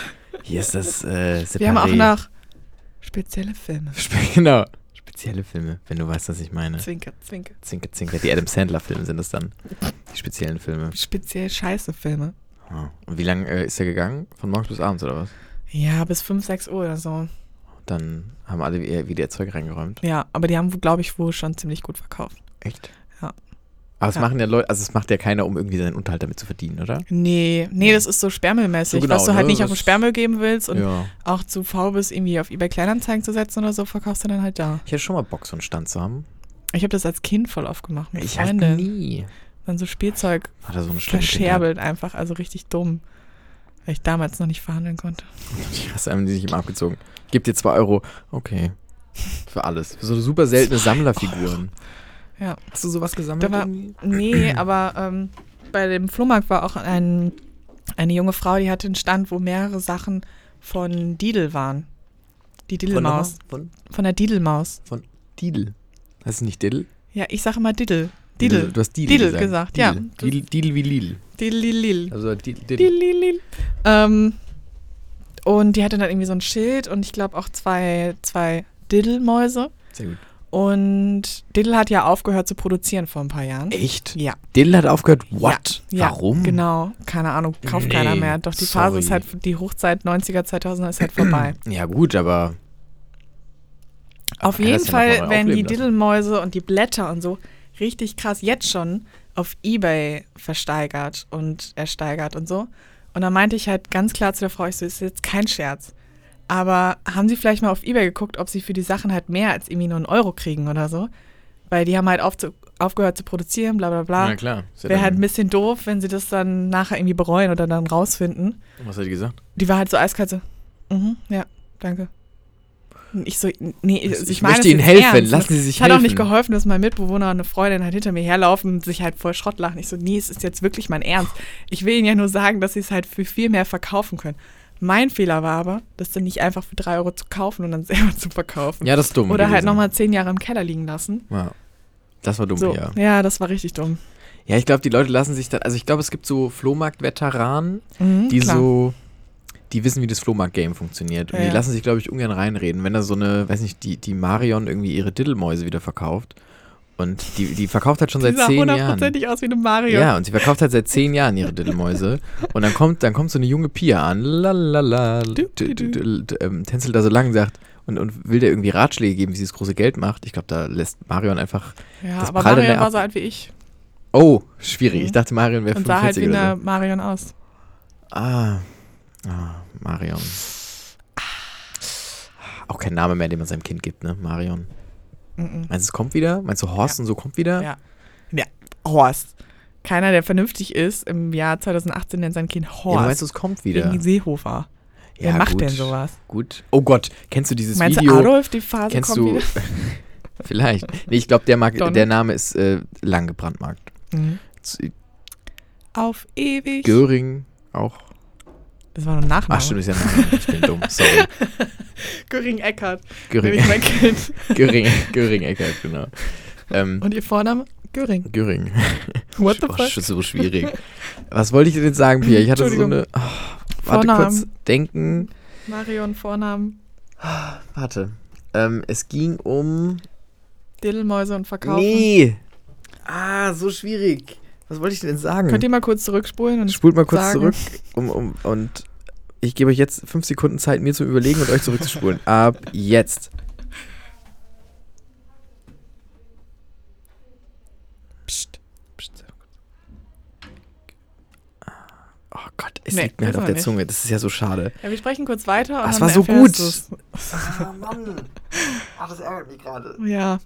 Speaker 1: Hier ist das äh, separat.
Speaker 2: Wir haben auch noch spezielle Filme.
Speaker 1: Spe genau. Spezielle Filme, wenn du weißt, was ich meine.
Speaker 2: Zwinker, zwinker.
Speaker 1: Zinke, zinke. Die Adam Sandler-Filme sind das dann. Die speziellen Filme.
Speaker 2: Speziell scheiße Filme.
Speaker 1: Ah. Und wie lange äh, ist der gegangen? Von morgens bis abends oder was?
Speaker 2: Ja, bis 5, 6 Uhr oder so.
Speaker 1: Dann haben alle wie- wieder ihr Zeug reingeräumt.
Speaker 2: Ja, aber die haben, glaube ich, wohl schon ziemlich gut verkauft.
Speaker 1: Echt?
Speaker 2: Ja.
Speaker 1: Aber es
Speaker 2: Ja.
Speaker 1: machen ja Leute, also es macht ja keiner, um irgendwie seinen Unterhalt damit zu verdienen, oder?
Speaker 2: Nee, nee, das ist so
Speaker 1: So
Speaker 2: sperrmüllmäßig,
Speaker 1: genau,
Speaker 2: was du halt
Speaker 1: ne?
Speaker 2: nicht auf den
Speaker 1: Das-
Speaker 2: Sperrmüll geben willst und
Speaker 1: ja.
Speaker 2: auch zu faul bist, irgendwie auf eBay Kleinanzeigen zu setzen oder so, verkaufst du dann halt da.
Speaker 1: Ich hätte schon mal Bock, so einen Stand zu haben.
Speaker 2: Ich habe das als Kind voll oft gemacht mit
Speaker 1: Ich hatte
Speaker 2: Freundinnen.
Speaker 1: nie.
Speaker 2: Dann so Spielzeug
Speaker 1: Hat er so eine schlimme Kindheit.
Speaker 2: verscherbelt einfach, also richtig dumm. Weil ich damals noch nicht verhandeln konnte.
Speaker 1: Ich hasse einen, die sich immer abgezogen. Gib dir zwei Euro. Okay. Für alles. Für so super seltene Sammlerfiguren.
Speaker 2: Ja.
Speaker 1: Hast du sowas gesammelt?
Speaker 2: Da war-
Speaker 1: irgendwie? *clears throat*
Speaker 2: Nee, aber ähm, bei dem Flohmarkt war auch ein, eine junge Frau, die hatte einen Stand, wo mehrere Sachen von Didel waren. Die Didelmaus.
Speaker 1: Von,
Speaker 2: Von der Didelmaus.
Speaker 1: von Didel. Heißt es nicht Diddle?
Speaker 2: Ja, ich sage immer Didel. Didel.
Speaker 1: Du hast Didel,
Speaker 2: Didel gesagt,
Speaker 1: gesagt.
Speaker 2: ja.
Speaker 1: Didel. Didel, Didel wie Lidl.
Speaker 2: Didelilil.
Speaker 1: Also Didel. Didel.
Speaker 2: Didelilil. Ähm, und die hatte dann irgendwie so ein Schild und ich glaube auch zwei, zwei Didelmäuse.
Speaker 1: Sehr gut.
Speaker 2: Und Didel hat ja aufgehört zu produzieren vor ein paar Jahren.
Speaker 1: Echt?
Speaker 2: Ja.
Speaker 1: Diddle hat aufgehört. What?
Speaker 2: Ja,
Speaker 1: Warum?
Speaker 2: Genau, keine Ahnung, kauft
Speaker 1: Nee,
Speaker 2: keiner mehr. Doch die Phase ist
Speaker 1: sorry.
Speaker 2: halt, die Hochzeit 90er, 2000er ist halt vorbei.
Speaker 1: *clears throat* Ja, gut, aber.
Speaker 2: auf
Speaker 1: kann
Speaker 2: jeden
Speaker 1: das ja noch mal
Speaker 2: Fall werden die
Speaker 1: aufleben lassen.
Speaker 2: Diddelmäuse und die Blätter und so richtig krass jetzt schon auf Ebay versteigert und ersteigert und so. Und da meinte ich halt ganz klar zu der Frau, ich so, ist jetzt kein Scherz. Aber haben sie vielleicht mal auf Ebay geguckt, ob sie für die Sachen halt mehr als irgendwie nur einen Euro kriegen oder so? Weil die haben halt auf zu, aufgehört zu produzieren, bla bla bla.
Speaker 1: Na klar. Ist ja
Speaker 2: Wäre halt ein
Speaker 1: dann-
Speaker 2: bisschen doof, wenn sie das dann nachher irgendwie bereuen oder dann rausfinden.
Speaker 1: Was hat die gesagt?
Speaker 2: Die war halt so eiskalt so, mhm, ja, danke. Und ich so, nee, also
Speaker 1: Ich
Speaker 2: ich, meine
Speaker 1: möchte
Speaker 2: es
Speaker 1: Ihnen
Speaker 2: jetzt
Speaker 1: helfen,
Speaker 2: ernst.
Speaker 1: lassen Sie sich
Speaker 2: Es hat auch nicht
Speaker 1: helfen.
Speaker 2: geholfen, dass mein Mitbewohner und eine Freundin halt hinter mir herlaufen und sich halt voll Schrott lachen. Ich so, nee, es ist jetzt wirklich mein Ernst. Ich will Ihnen ja nur sagen, dass Sie es halt für viel mehr verkaufen können. Mein Fehler war aber, das dann nicht einfach für drei Euro zu kaufen und dann *laughs* selber zu verkaufen.
Speaker 1: Ja, das ist dumm.
Speaker 2: Oder halt
Speaker 1: gewesen.
Speaker 2: nochmal zehn Jahre im Keller liegen lassen.
Speaker 1: Ja. Das war dumm,
Speaker 2: So,
Speaker 1: ja.
Speaker 2: ja, das war richtig dumm.
Speaker 1: Ja, ich glaube, die Leute lassen sich dann, also ich glaube, es gibt so Flohmarkt-Veteranen,
Speaker 2: Mhm,
Speaker 1: die
Speaker 2: klar.
Speaker 1: so, die wissen, wie das Flohmarkt-Game funktioniert. Und
Speaker 2: Ja.
Speaker 1: die lassen sich, glaube ich, ungern reinreden. Wenn da so eine, weiß nicht, die, die Marion irgendwie ihre Diddelmäuse wieder verkauft. Und die, die verkauft halt schon
Speaker 2: Die
Speaker 1: seit
Speaker 2: sah
Speaker 1: zehn Jahren.
Speaker 2: hundertprozentig aus wie eine Mario.
Speaker 1: Ja, und sie verkauft halt seit zehn Jahren ihre Diddelmäuse. Und dann kommt, dann kommt so eine junge Pia an, lalala,
Speaker 2: Du, du, du.
Speaker 1: ähm, tänzelt da so lang, sagt, und, und will der irgendwie Ratschläge geben, wie sie das große Geld macht. Ich glaube, da lässt Marion einfach,
Speaker 2: Ja,
Speaker 1: Das
Speaker 2: aber
Speaker 1: prallt an
Speaker 2: Marion
Speaker 1: der
Speaker 2: war
Speaker 1: ab-
Speaker 2: so alt wie ich
Speaker 1: oh, schwierig.
Speaker 2: Mhm.
Speaker 1: Ich dachte, Marion wäre
Speaker 2: und sah halt
Speaker 1: 45
Speaker 2: wie
Speaker 1: oder
Speaker 2: eine
Speaker 1: so.
Speaker 2: Marion aus.
Speaker 1: Ah, ah, Marion. Auch kein Name mehr, den man seinem Kind gibt, ne? Marion.
Speaker 2: Mhm.
Speaker 1: Meinst du, es kommt wieder? Meinst du, Horst
Speaker 2: Ja.
Speaker 1: und so kommt wieder?
Speaker 2: Ja. Ja, Horst. Keiner, der vernünftig ist, im Jahr 2018 nennt sein Kind
Speaker 1: Ja, aber meinst
Speaker 2: Horst.
Speaker 1: du, es kommt wieder?
Speaker 2: wegen Seehofer. Wer
Speaker 1: ja,
Speaker 2: macht
Speaker 1: gut,
Speaker 2: denn sowas?
Speaker 1: Gut. Oh Gott, kennst du dieses
Speaker 2: Meinst
Speaker 1: Video?
Speaker 2: du Adolf, die Phase
Speaker 1: Kennst
Speaker 2: kommt
Speaker 1: du.
Speaker 2: wieder?
Speaker 1: *laughs* Vielleicht. Nee, ich glaube, der, mag-
Speaker 2: Donald.
Speaker 1: der Name ist äh, lang gebrandmarkt.
Speaker 2: Mhm.
Speaker 1: Z-
Speaker 2: Auf ewig.
Speaker 1: Göring auch.
Speaker 2: Genau. das war noch ein Nachname.
Speaker 1: Ach, stimmt, ist ja ein Name. Ich bin dumm,
Speaker 2: *laughs*
Speaker 1: sorry.
Speaker 2: Göring Eckert.
Speaker 1: Göring,
Speaker 2: Nämlich mein Kind.
Speaker 1: Göring, Göring Eckert, genau. Ähm,
Speaker 2: Und ihr Vorname? Göring.
Speaker 1: Göring.
Speaker 2: What the
Speaker 1: Oh,
Speaker 2: fuck?
Speaker 1: sch-
Speaker 2: *laughs*
Speaker 1: so schwierig. Was wollte ich denn jetzt sagen, Pia? Ich hatte so
Speaker 2: Entschuldigung.
Speaker 1: eine. ah, warte
Speaker 2: Vornamen.
Speaker 1: kurz. Denken.
Speaker 2: Marion, Vornamen,
Speaker 1: Warte. Ähm, es ging um.
Speaker 2: Diddelmäuse und Verkaufen.
Speaker 1: Nee. Ah, so schwierig. Was wollte ich denn sagen?
Speaker 2: Könnt ihr mal kurz zurückspulen? Und
Speaker 1: Spult mal kurz
Speaker 2: sagen.
Speaker 1: zurück um, um, und ich gebe euch jetzt fünf Sekunden Zeit, mir zu überlegen und euch
Speaker 2: *laughs*
Speaker 1: zurückzuspulen. Ab jetzt.
Speaker 2: Psst.
Speaker 1: Psst. Oh Gott, es
Speaker 2: Nee,
Speaker 1: liegt mir halt
Speaker 2: wissen
Speaker 1: auf
Speaker 2: wir
Speaker 1: der
Speaker 2: nicht.
Speaker 1: Zunge. Das ist ja so schade.
Speaker 2: Ja, wir sprechen kurz weiter.
Speaker 1: Ah,
Speaker 2: Und
Speaker 1: es
Speaker 2: dann
Speaker 1: war so
Speaker 2: erfährst
Speaker 1: gut.
Speaker 2: du's.
Speaker 1: *laughs* Ah, Mann. Ah, das ärgert mich gerade.
Speaker 2: Ja.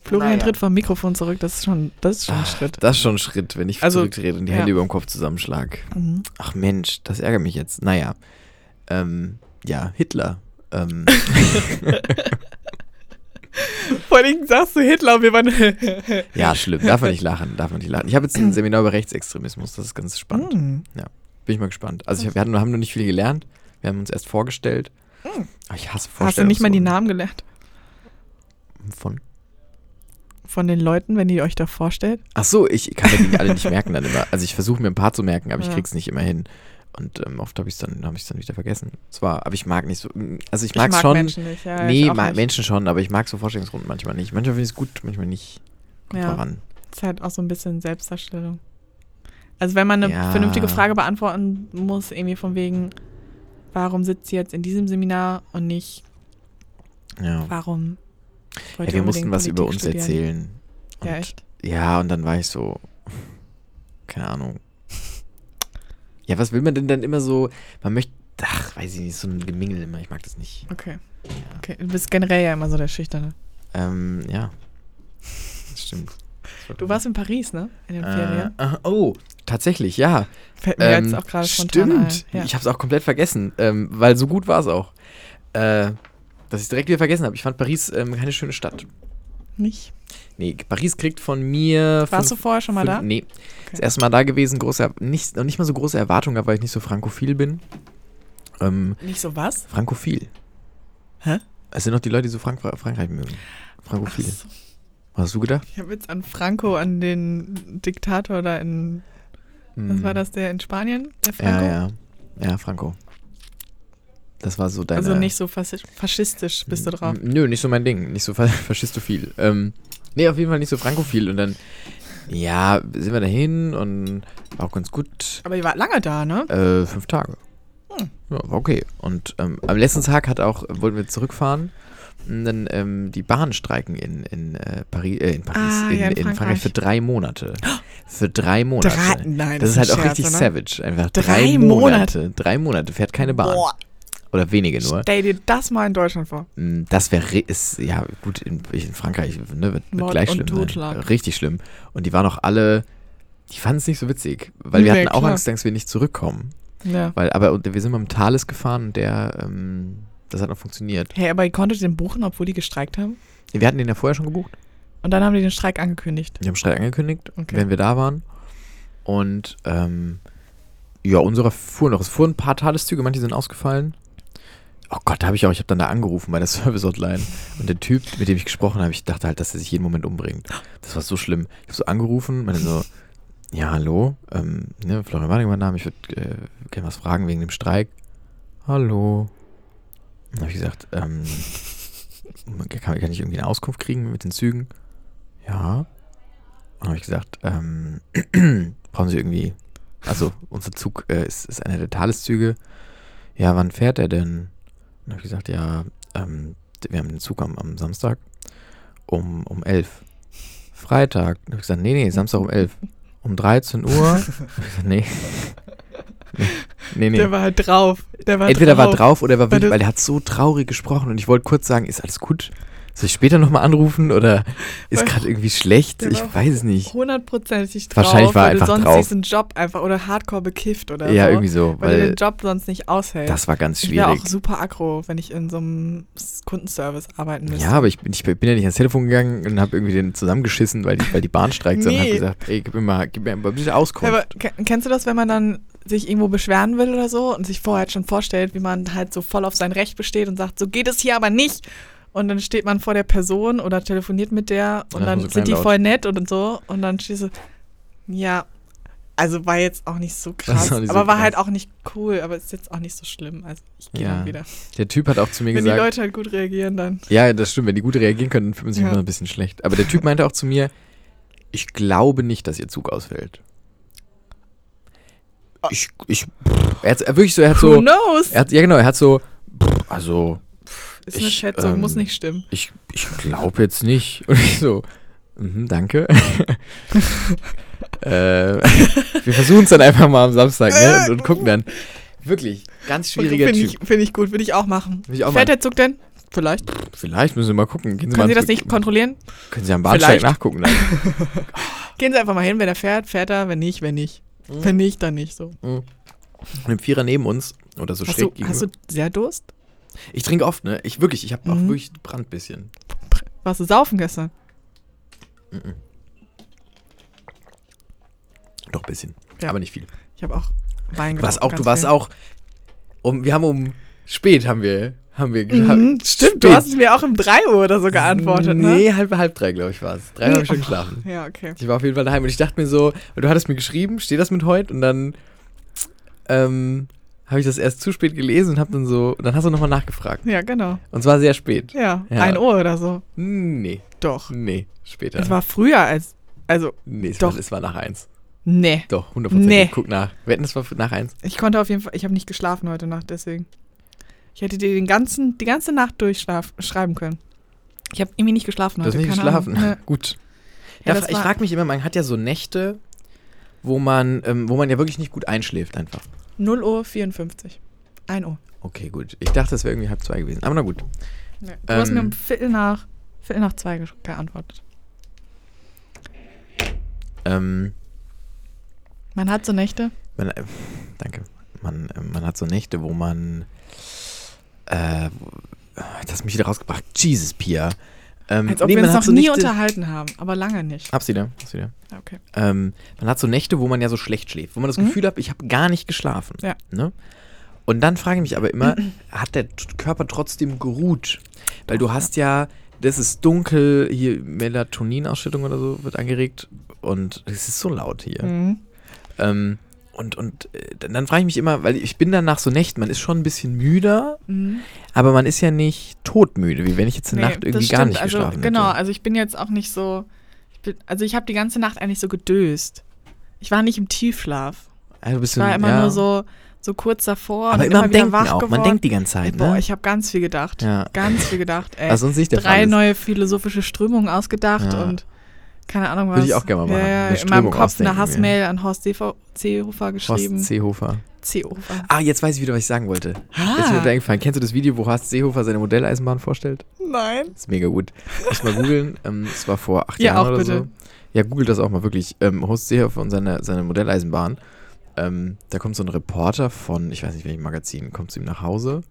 Speaker 2: Florian
Speaker 1: Naja. Ah.
Speaker 2: tritt vom Mikrofon zurück. Das ist schon, das ist schon ein Schritt.
Speaker 1: Das ist schon ein Schritt, wenn ich
Speaker 2: Also,
Speaker 1: zurücktrete und die
Speaker 2: ja.
Speaker 1: Hände über dem Kopf zusammenschlag.
Speaker 2: Mhm.
Speaker 1: Ach Mensch, das ärgert mich jetzt. Naja. Ähm, ja, Hitler.
Speaker 2: *laughs*
Speaker 1: Ähm,
Speaker 2: Vor allem sagst du Hitler und wir waren.
Speaker 1: ja, schlimm. Darf man nicht lachen. Darf man nicht lachen. Ich habe jetzt ein Seminar über Rechtsextremismus. Das ist ganz spannend.
Speaker 2: Mhm.
Speaker 1: Bin ich mal gespannt. Also ich, hab- wir hatten, haben noch nicht viel gelernt. Wir haben uns erst vorgestellt.
Speaker 2: Mhm.
Speaker 1: Aber ich hasse Vorstellungen.
Speaker 2: Hast du nicht mal die Namen gelernt
Speaker 1: Von?
Speaker 2: von den Leuten, wenn ihr euch da vorstellt?
Speaker 1: Ach so, ich kann mir die alle nicht merken dann immer. Also ich versuche mir ein paar zu merken, aber ich
Speaker 2: Ja.
Speaker 1: krieg's nicht immer hin. Und ähm, oft habe ich es dann, hab ich's dann wieder vergessen. Zwar, aber ich mag nicht so. Also ich,
Speaker 2: Ich
Speaker 1: mag's
Speaker 2: mag
Speaker 1: schon.
Speaker 2: Menschen nicht. Ja, ich
Speaker 1: nee,
Speaker 2: auch
Speaker 1: ma
Speaker 2: nicht.
Speaker 1: Menschen schon, aber ich mag so Vorstellungsrunden manchmal nicht. Manchmal finde ich es gut, manchmal nicht. Kommt
Speaker 2: Ja.
Speaker 1: voran.
Speaker 2: Das ist halt auch so ein bisschen Selbstdarstellung. Also wenn man eine
Speaker 1: Ja.
Speaker 2: vernünftige Frage beantworten muss, irgendwie von wegen, warum sitzt sie jetzt in diesem Seminar und nicht,
Speaker 1: Ja.
Speaker 2: warum wollt
Speaker 1: ja
Speaker 2: ihr
Speaker 1: wir mussten
Speaker 2: unbedingt
Speaker 1: was über
Speaker 2: Politik
Speaker 1: uns
Speaker 2: studieren?
Speaker 1: erzählen. Und
Speaker 2: Ja, echt.
Speaker 1: Ja, und dann war ich so, keine Ahnung. Ja, was will man denn dann immer so? Man möchte, ach, weiß ich nicht, so ein Gemingel immer, ich mag das nicht.
Speaker 2: Okay. okay. Du bist generell ja immer so der Schüchterne.
Speaker 1: Ähm, ja. Das stimmt.
Speaker 2: Du warst in Paris, ne? In den
Speaker 1: äh,
Speaker 2: Ferien.
Speaker 1: aha, Oh, tatsächlich, ja.
Speaker 2: Fällt mir
Speaker 1: Ähm,
Speaker 2: jetzt auch gerade spontan
Speaker 1: stimmt.
Speaker 2: ein. Ja.
Speaker 1: Ich habe es auch komplett vergessen, ähm, weil so gut war es auch. Äh, dass ich direkt wieder vergessen habe. Ich fand Paris ähm, keine schöne Stadt.
Speaker 2: Nicht?
Speaker 1: Nee, Paris kriegt von mir.
Speaker 2: Warst du
Speaker 1: fünf-
Speaker 2: vorher schon mal
Speaker 1: Fünf-
Speaker 2: da?
Speaker 1: Nee. Das erste Mal da gewesen, große, nicht, noch nicht mal so große Erwartungen, hab, weil ich nicht so frankophil bin. Ähm,
Speaker 2: Nicht so was?
Speaker 1: frankophil.
Speaker 2: Hä?
Speaker 1: Es sind noch die Leute, die so Frank Frankreich mögen. Frankophil.
Speaker 2: so.
Speaker 1: Was hast du gedacht?
Speaker 2: Ich habe jetzt an Franco, an den Diktator da in, was
Speaker 1: Hm.
Speaker 2: war das, der in Spanien? Der Franco?
Speaker 1: Ja, ja. Ja, Franco. Das war so deine.
Speaker 2: Also nicht so faschisch- faschistisch bist du drauf.
Speaker 1: M- Nö, nicht so mein Ding. Nicht so fa- *laughs* faschistophil. Ähm, nee, auf jeden Fall nicht so frankophil. Und dann, ja, sind wir dahin und war auch ganz gut.
Speaker 2: Aber ihr wart lange da, ne?
Speaker 1: Äh, fünf Tage.
Speaker 2: Hm.
Speaker 1: Ja, war okay. Und ähm, am letzten Tag hat auch, wollten wir zurückfahren, und dann ähm, die Bahnen streiken in, in, äh, Paris, äh, in Paris,
Speaker 2: Ah,
Speaker 1: in,
Speaker 2: ja, in
Speaker 1: in, Frankreich.
Speaker 2: Frankreich.
Speaker 1: für drei Monate. Für drei Monate.
Speaker 2: nein,
Speaker 1: das ist halt
Speaker 2: ein
Speaker 1: auch
Speaker 2: Scherz,
Speaker 1: richtig
Speaker 2: oder?
Speaker 1: savage. Einfach drei,
Speaker 2: ne? Drei
Speaker 1: Monate. Drei Monate fährt keine Bahn.
Speaker 2: Boah,
Speaker 1: Oder wenige nur.
Speaker 2: stell dir das mal in Deutschland vor.
Speaker 1: Mm, Das wäre, ist, ja gut, in, in Frankreich ne, wird, wird
Speaker 2: Mord
Speaker 1: gleich
Speaker 2: und
Speaker 1: schlimm sein.
Speaker 2: Totschlag.
Speaker 1: Richtig schlimm. Und die waren auch alle, die fanden es nicht so witzig, weil wir
Speaker 2: Nee,
Speaker 1: hatten auch
Speaker 2: klar.
Speaker 1: Angst, dass wir nicht zurückkommen.
Speaker 2: Ja.
Speaker 1: Weil, aber und wir sind mit dem Thales gefahren und der ähm, Das hat noch funktioniert.
Speaker 2: Hey, aber ihr konntet den buchen, obwohl die gestreikt haben?
Speaker 1: Wir hatten den ja vorher schon gebucht.
Speaker 2: Und dann haben die den Streik angekündigt.
Speaker 1: Wir haben Streit angekündigt,
Speaker 2: Okay.
Speaker 1: wenn wir da waren. Und ähm, ja, unserer fuhr noch. Es fuhren ein paar Tageszüge, manche sind ausgefallen. Oh Gott, da habe ich auch, ich habe dann da angerufen bei der *laughs* Service-Hotline. Und der Typ, mit dem ich gesprochen habe, ich dachte halt, dass er sich jeden Moment umbringt. Das war so schlimm. Ich habe so angerufen, meine so, ja, hallo, ähm, ne, Florian Warnig, mein Name, ich würde äh, gerne was fragen wegen dem Streik. Hallo. Dann habe ich gesagt, ähm, *laughs* kann, kann ich irgendwie eine Auskunft kriegen mit den Zügen? Ja. Und dann habe ich gesagt, ähm, *clears throat* brauchen Sie irgendwie, also unser Zug äh, ist, ist einer der Thaleszüge. Ja, wann fährt er denn? Und dann habe ich gesagt, ja, ähm, wir haben den Zug am, am Samstag um, um 11. Freitag. Dann habe ich gesagt, nee, nee, Samstag um 11. Um 13 Uhr? Dann hab ich gesagt, nee. *laughs* Nee, nee.
Speaker 2: Der war halt drauf. Der war
Speaker 1: Entweder
Speaker 2: drauf.
Speaker 1: war drauf oder war
Speaker 2: Weil
Speaker 1: wütend,
Speaker 2: du-
Speaker 1: weil der hat so traurig gesprochen und ich wollte kurz sagen, ist alles gut? Soll ich später nochmal anrufen oder ist
Speaker 2: Weil-
Speaker 1: gerade irgendwie schlecht?
Speaker 2: Der
Speaker 1: Ich
Speaker 2: war
Speaker 1: weiß es nicht.
Speaker 2: hundertprozentig drauf.
Speaker 1: Wahrscheinlich war er
Speaker 2: weil du
Speaker 1: einfach
Speaker 2: sonst
Speaker 1: drauf.
Speaker 2: diesen Job einfach oder hardcore bekifft oder
Speaker 1: Ja,
Speaker 2: so.
Speaker 1: irgendwie so,
Speaker 2: Weil, du
Speaker 1: weil
Speaker 2: den Job sonst nicht aushält.
Speaker 1: das war ganz
Speaker 2: ich wäre
Speaker 1: schwierig.
Speaker 2: auch super aggro, wenn ich in so einem Kundenservice arbeiten müsste.
Speaker 1: Ja, aber ich bin, ich bin ja nicht ans Telefon gegangen und habe irgendwie den zusammengeschissen, weil die, weil die Bahn streikt, sondern habe
Speaker 2: Nee.
Speaker 1: gesagt, ey, gib mir mal, gib mir mal bitte Auskunft.
Speaker 2: Aber ke- kennst du das, wenn man dann sich irgendwo beschweren will oder so und sich vorher schon vorstellt, wie man halt so voll auf sein Recht besteht und sagt, so geht es hier aber nicht. Und dann steht man vor der Person oder telefoniert mit der und
Speaker 1: Ja,
Speaker 2: dann
Speaker 1: so
Speaker 2: sind die
Speaker 1: kleinlaut.
Speaker 2: voll nett und, und so und dann stehst du, ja, also war jetzt auch
Speaker 1: *laughs*
Speaker 2: nicht so
Speaker 1: war
Speaker 2: krass,
Speaker 1: nicht so
Speaker 2: aber war
Speaker 1: krass.
Speaker 2: halt auch nicht cool, aber ist jetzt auch nicht so schlimm. Also ich gehe
Speaker 1: Ja,
Speaker 2: dann wieder.
Speaker 1: der Typ hat auch zu mir
Speaker 2: Wenn die
Speaker 1: gesagt,
Speaker 2: Leute halt gut reagieren, dann.
Speaker 1: Ja, das stimmt. Wenn die gut reagieren können, dann fühlt man sich
Speaker 2: Ja.
Speaker 1: immer ein bisschen schlecht. Aber der Typ meinte auch zu mir, ich glaube nicht, dass ihr Zug ausfällt. Ich, ich, er hat er wirklich so, er hat
Speaker 2: Ah. Who
Speaker 1: so,
Speaker 2: knows?
Speaker 1: er hat, ja genau, er hat so, also,
Speaker 2: Ist eine
Speaker 1: ich,
Speaker 2: Schätzung,
Speaker 1: ähm,
Speaker 2: muss nicht stimmen.
Speaker 1: ich, ich glaube jetzt nicht. *laughs* Und ich so, mhm,
Speaker 2: *laughs*
Speaker 1: danke. äh, wir versuchen es dann einfach mal am Samstag, ne? Und, und gucken dann. Wirklich, ganz schwieriger
Speaker 2: Finde ich,
Speaker 1: Typ.
Speaker 2: find ich gut, würde ich auch machen.
Speaker 1: Will ich auch
Speaker 2: Fährt
Speaker 1: mal-
Speaker 2: der Zug denn? Vielleicht.
Speaker 1: Vielleicht müssen wir mal gucken. Gehen mal
Speaker 2: Können Sie das
Speaker 1: ans-
Speaker 2: nicht kontrollieren?
Speaker 1: Können Sie am Bahnsteig
Speaker 2: Vielleicht.
Speaker 1: nachgucken dann.
Speaker 2: *laughs* Gehen Sie einfach mal hin, wenn er fährt, fährt er, wenn nicht, wenn nicht.
Speaker 1: Hm.
Speaker 2: Wenn nicht, dann nicht so.
Speaker 1: Und im Vierer neben uns oder so
Speaker 2: Hast
Speaker 1: schräg
Speaker 2: du, hast du sehr Durst?
Speaker 1: gegenüber. Ich trinke oft, ne? Ich wirklich, ich habe auch
Speaker 2: Mhm.
Speaker 1: wirklich ein Brandbisschen.
Speaker 2: Warst du saufen gestern?
Speaker 1: Doch ein bisschen,
Speaker 2: Ja.
Speaker 1: aber nicht viel.
Speaker 2: Ich habe auch Wein
Speaker 1: Du warst
Speaker 2: getrunken,
Speaker 1: auch, du
Speaker 2: ganz
Speaker 1: warst
Speaker 2: viel.
Speaker 1: auch um wir haben um spät haben wir haben wir
Speaker 2: Mhm,
Speaker 1: haben-
Speaker 2: stimmt, du hast mir auch um 3 Uhr oder so geantwortet, ne?
Speaker 1: Nee, halb halb drei, glaube ich, war es. Drei
Speaker 2: Nee.
Speaker 1: habe ich schon geschlafen.
Speaker 2: Ja, okay.
Speaker 1: Ich war auf jeden Fall daheim und ich dachte mir so, weil du hattest mir geschrieben, steht das mit heute und dann ähm, habe ich das erst zu spät gelesen und habe dann so, und dann hast du nochmal nachgefragt.
Speaker 2: Ja, genau.
Speaker 1: Und zwar sehr spät.
Speaker 2: Ja,
Speaker 1: Ja.
Speaker 2: 1 Uhr oder so.
Speaker 1: Nee,
Speaker 2: Doch.
Speaker 1: nee, später.
Speaker 2: Es war früher als. Also,
Speaker 1: nee, es,
Speaker 2: doch.
Speaker 1: War, es war nach eins.
Speaker 2: nee.
Speaker 1: Doch, 100%.
Speaker 2: Nee.
Speaker 1: Guck nach. Wetten, es war nach eins.
Speaker 2: Ich konnte auf jeden Fall. Ich habe nicht geschlafen heute Nacht, deswegen. Ich hätte dir den ganzen, die ganze Nacht durchschlafen schreiben können. Ich habe irgendwie nicht geschlafen
Speaker 1: Du hast
Speaker 2: heute.
Speaker 1: nicht
Speaker 2: keine
Speaker 1: geschlafen.
Speaker 2: Ahnung. Äh, Nee.
Speaker 1: *laughs* Gut.
Speaker 2: Ja,
Speaker 1: Da-
Speaker 2: das
Speaker 1: ich
Speaker 2: war-
Speaker 1: frage mich immer, man hat ja so Nächte, wo man, ähm, wo man ja wirklich nicht gut einschläft einfach.
Speaker 2: 0 Uhr 54. 1 Uhr.
Speaker 1: Okay, gut. Ich dachte, das wäre irgendwie halb zwei gewesen. Aber na gut.
Speaker 2: Nee. Du hast mir
Speaker 1: Ähm.
Speaker 2: um Viertel nach, Viertel nach zwei gesch- geantwortet.
Speaker 1: Ähm,
Speaker 2: Man hat so Nächte.
Speaker 1: man, äh, danke. Man, äh, man hat so Nächte, wo man. Äh, das hat mich wieder rausgebracht. Jesus, Pia. Ähm,
Speaker 2: Als ob
Speaker 1: nee,
Speaker 2: wir
Speaker 1: man
Speaker 2: uns
Speaker 1: hat
Speaker 2: noch
Speaker 1: so
Speaker 2: nie
Speaker 1: Nächte- Ah.
Speaker 2: unterhalten haben, aber lange nicht.
Speaker 1: Hab's wieder. Hab's wieder.
Speaker 2: Ja, Okay.
Speaker 1: ähm, man hat so Nächte, wo man ja so schlecht schläft, wo man das
Speaker 2: Mhm.
Speaker 1: Gefühl hat, ich habe gar nicht geschlafen.
Speaker 2: Ja.
Speaker 1: Ne? Und dann frage ich mich aber immer, hat der T- Körper trotzdem geruht? Weil du hast ja, das ist dunkel, hier Melatoninausschüttung oder so wird angeregt und es ist so laut hier.
Speaker 2: Mhm.
Speaker 1: Ähm, und und äh, dann, dann frage ich mich immer, weil ich bin dann nach so Nächten, man ist schon ein bisschen müder,
Speaker 2: Mhm.
Speaker 1: aber man ist ja nicht todmüde, wie wenn ich jetzt eine
Speaker 2: Nee,
Speaker 1: Nacht
Speaker 2: das
Speaker 1: irgendwie gar
Speaker 2: stimmt.
Speaker 1: nicht
Speaker 2: also,
Speaker 1: geschlafen
Speaker 2: Genau,
Speaker 1: hätte.
Speaker 2: also ich bin jetzt auch nicht so. Ich bin, also ich habe die ganze Nacht eigentlich so gedöst. Ich war nicht im Tiefschlaf.
Speaker 1: Also, du bist
Speaker 2: Ich war
Speaker 1: im-
Speaker 2: immer
Speaker 1: ja.
Speaker 2: nur so, so kurz davor.
Speaker 1: aber
Speaker 2: und
Speaker 1: immer am
Speaker 2: wieder
Speaker 1: Denken
Speaker 2: wach
Speaker 1: auch.
Speaker 2: Geworden.
Speaker 1: Man denkt die ganze Zeit,
Speaker 2: Boah,
Speaker 1: ne?
Speaker 2: ich habe ganz viel gedacht.
Speaker 1: Ja. Also
Speaker 2: Ganz viel gedacht, ey.
Speaker 1: Was sonst nicht der Fall
Speaker 2: drei
Speaker 1: ist.
Speaker 2: neue philosophische Strömungen ausgedacht
Speaker 1: Ja.
Speaker 2: und keine Ahnung was.
Speaker 1: Würde ich auch gerne mal machen,
Speaker 2: Ja, ja,
Speaker 1: eine
Speaker 2: in meinem
Speaker 1: Strömung
Speaker 2: Kopf eine
Speaker 1: ausdenken,
Speaker 2: Hassmail an Horst Seehofer- Seehofer geschrieben.
Speaker 1: Horst Seehofer.
Speaker 2: Seehofer.
Speaker 1: Ah, jetzt weiß ich wieder, was ich sagen wollte. Jetzt ist mir
Speaker 2: Ah.
Speaker 1: wieder eingefallen. Kennst du das Video, wo Horst Seehofer seine Modelleisenbahn vorstellt?
Speaker 2: Nein.
Speaker 1: Ist mega gut. Muss mal
Speaker 2: *laughs*
Speaker 1: googeln. Ähm, das war vor acht
Speaker 2: Ja,
Speaker 1: Jahren
Speaker 2: auch
Speaker 1: oder
Speaker 2: bitte.
Speaker 1: so. Ja, googelt das auch mal wirklich. Ähm, Horst Seehofer und seine, seine Modelleisenbahn. Ähm, da kommt so ein Reporter von, ich weiß nicht welchem Magazin, kommt zu ihm nach Hause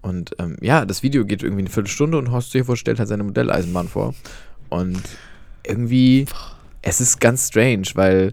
Speaker 1: Und ähm, ja, das Video geht irgendwie eine Viertelstunde und Horst Seehofer stellt halt seine Modelleisenbahn vor. Und irgendwie, es ist ganz strange, weil,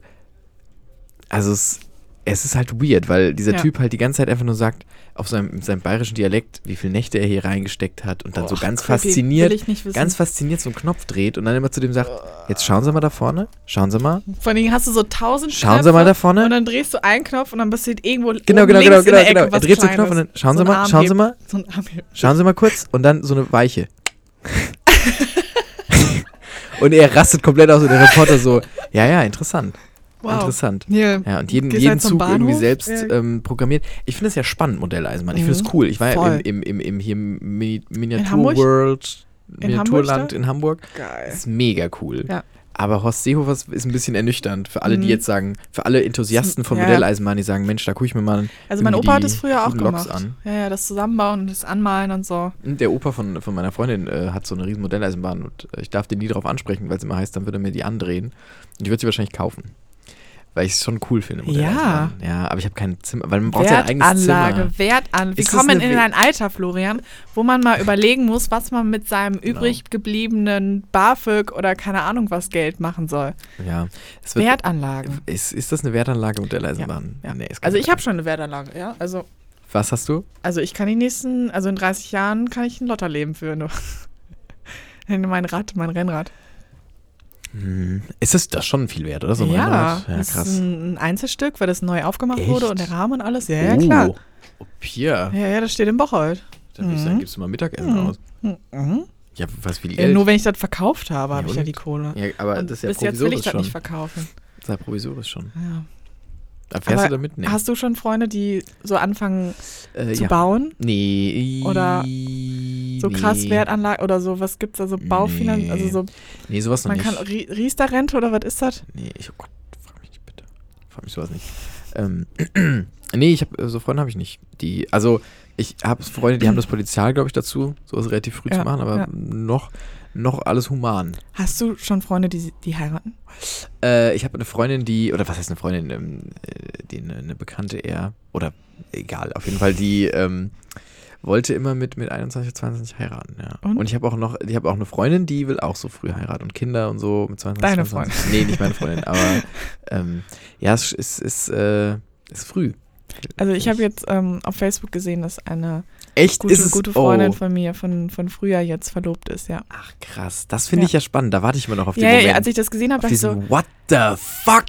Speaker 1: also es, es ist halt weird, weil dieser
Speaker 2: Ja.
Speaker 1: Typ halt die ganze Zeit einfach nur sagt, auf seinem, mit seinem bayerischen Dialekt, wie viele Nächte er hier reingesteckt hat und dann so
Speaker 2: Och,
Speaker 1: ganz
Speaker 2: creepy. Will
Speaker 1: fasziniert,
Speaker 2: ich nicht wissen. Oh.
Speaker 1: ganz fasziniert so einen Knopf dreht und dann immer zu dem sagt, jetzt schauen Sie mal da vorne, schauen Sie mal,
Speaker 2: Vor allen Dingen hast du so tausend
Speaker 1: schauen Sie mal da vorne.
Speaker 2: Und dann drehst du einen Knopf und dann passiert irgendwo
Speaker 1: Genau,
Speaker 2: oben
Speaker 1: genau,
Speaker 2: links
Speaker 1: genau,
Speaker 2: in der
Speaker 1: genau,
Speaker 2: Ecke
Speaker 1: genau.
Speaker 2: was
Speaker 1: Er dreht so einen
Speaker 2: Kleines.
Speaker 1: Knopf und dann schauen Sie
Speaker 2: ein
Speaker 1: mal, schauen Sie
Speaker 2: Armheben.
Speaker 1: mal.
Speaker 2: So ein Armheben.
Speaker 1: Schauen Sie mal kurz und dann so eine
Speaker 2: *laughs*
Speaker 1: Weiche. und er rastet komplett aus und der Reporter so, ja, ja, interessant.
Speaker 2: Wow.
Speaker 1: Interessant.
Speaker 2: Hier,
Speaker 1: Ja, und jeden,
Speaker 2: gehst
Speaker 1: jeden
Speaker 2: halt zum
Speaker 1: Zug irgendwie
Speaker 2: Bahnhof,
Speaker 1: selbst
Speaker 2: ja.
Speaker 1: ähm, programmiert. Ich finde es ja spannend, Modelleisenbahn. Ich
Speaker 2: Mhm.
Speaker 1: finde es cool. Ich war ja
Speaker 2: Voll.
Speaker 1: im, im, im, im hier Mini
Speaker 2: Hamburg?
Speaker 1: Miniaturworld,
Speaker 2: Hamburg
Speaker 1: Miniaturland
Speaker 2: da?
Speaker 1: in Hamburg.
Speaker 2: Geil.
Speaker 1: Ist mega cool.
Speaker 2: Ja.
Speaker 1: Aber Horst Seehofer ist ein bisschen ernüchternd für alle, die
Speaker 2: Mhm.
Speaker 1: jetzt sagen, für alle Enthusiasten von
Speaker 2: Ja.
Speaker 1: Modelleisenbahn, die sagen, Mensch, da gucke ich mir mal
Speaker 2: Also mein
Speaker 1: irgendwie
Speaker 2: Opa hat
Speaker 1: die
Speaker 2: das früher auch
Speaker 1: guten Loks
Speaker 2: gemacht.
Speaker 1: an.
Speaker 2: Ja, ja, das Zusammenbauen und das Anmalen und so.
Speaker 1: Der Opa von, von meiner Freundin äh, hat so eine riesen Modelleisenbahn und äh, ich darf den nie drauf ansprechen, weil es immer heißt, dann würde er mir die andrehen. Und ich würde sie wahrscheinlich kaufen. Weil ich es schon cool finde,
Speaker 2: Ja.
Speaker 1: Modelleisenbahn. Ja, aber ich habe kein Zimmer, weil man braucht ja ein eigenes Zimmer.
Speaker 2: Wertanlage. Wir
Speaker 1: Ist das
Speaker 2: kommen
Speaker 1: eine
Speaker 2: in
Speaker 1: We-
Speaker 2: ein Alter, Florian, wo man mal überlegen muss, was man mit seinem
Speaker 1: Genau.
Speaker 2: übrig gebliebenen BAföG oder keine Ahnung was Geld machen soll.
Speaker 1: Ja. Es wird,
Speaker 2: Wertanlagen.
Speaker 1: ist, ist das eine Wertanlage Modelleisenbahn?
Speaker 2: Ja.
Speaker 1: Nee, ist keine
Speaker 2: also ich
Speaker 1: Wertanlage.
Speaker 2: habe schon eine Wertanlage, ja. Also,
Speaker 1: Was hast du?
Speaker 2: also ich kann die nächsten, also in 30 Jahren kann ich ein Lotterleben führen. *laughs* du. mein Rad, mein Rennrad.
Speaker 1: Hm. Ist das, das schon viel wert, oder? So ein
Speaker 2: ja,
Speaker 1: Rennrad? Ja,
Speaker 2: das
Speaker 1: krass.
Speaker 2: ist ein ein Einzelstück, weil das neu aufgemacht wurde
Speaker 1: Echt?
Speaker 2: und der Rahmen und alles. Ja, ja, klar.
Speaker 1: Oh, oh Pia.
Speaker 2: Ja, ja, das steht im Bocholt.
Speaker 1: Dann würde ich sagen, gibst du mal Mittagessen aus.
Speaker 2: Mhm.
Speaker 1: Ja, was viel
Speaker 2: Ja,
Speaker 1: Geld.
Speaker 2: nur wenn ich das verkauft habe, habe
Speaker 1: Ja,
Speaker 2: ich ja
Speaker 1: und?
Speaker 2: die Kohle.
Speaker 1: ja, aber
Speaker 2: Und
Speaker 1: das ist ja
Speaker 2: bis jetzt will ich
Speaker 1: provisorisch
Speaker 2: das
Speaker 1: schon.
Speaker 2: nicht verkaufen.
Speaker 1: Das ist ja provisorisch schon.
Speaker 2: Ja.
Speaker 1: Da fährst
Speaker 2: Aber
Speaker 1: du damit? Nee.
Speaker 2: Hast du schon Freunde, die so anfangen
Speaker 1: äh,
Speaker 2: zu bauen?
Speaker 1: Nee.
Speaker 2: Oder
Speaker 1: so
Speaker 2: So
Speaker 1: nee.
Speaker 2: krass Wertanlage oder so, was gibt's da so Baufinanz,
Speaker 1: Nee,
Speaker 2: also so,
Speaker 1: Nee, sowas noch
Speaker 2: man
Speaker 1: nicht.
Speaker 2: kann Ri- Riester-Rente oder was ist das?
Speaker 1: nee, ich, oh Gott, frag mich nicht bitte. Frag mich sowas nicht. Ähm, *clears throat* nee, ich habe so Freunde habe ich nicht. Die, also ich habe Freunde, die haben das Potenzial, glaube ich, dazu, sowas relativ früh
Speaker 2: Ja,
Speaker 1: zu machen, aber
Speaker 2: ja.
Speaker 1: noch, noch alles human.
Speaker 2: Hast du schon Freunde, die, die heiraten?
Speaker 1: Äh, ich habe eine Freundin, die, oder was heißt eine Freundin, ähm, äh, die eine, eine Bekannte eher, oder egal, auf jeden Fall, die ähm, wollte immer mit, mit 21, 22 heiraten, ja.
Speaker 2: Und?
Speaker 1: Und, ich habe auch noch, ich habe auch eine Freundin, die will auch so früh heiraten und Kinder und so mit 22,
Speaker 2: Deine
Speaker 1: 22. Nee, nicht meine Freundin, aber ähm, ja, es ist, ist, äh, ist früh.
Speaker 2: Also ich habe jetzt ähm, auf Facebook gesehen, dass eine
Speaker 1: Echt
Speaker 2: gute,
Speaker 1: ist es,
Speaker 2: gute Freundin
Speaker 1: oh.
Speaker 2: von mir von, von früher jetzt verlobt ist, ja.
Speaker 1: Ach krass, das finde
Speaker 2: Ja.
Speaker 1: ich ja spannend, da warte ich immer noch auf den
Speaker 2: Ja, ja,
Speaker 1: Moment.
Speaker 2: ja, als ich das gesehen habe,
Speaker 1: auf
Speaker 2: dachte ich so,
Speaker 1: diesen What the fuck?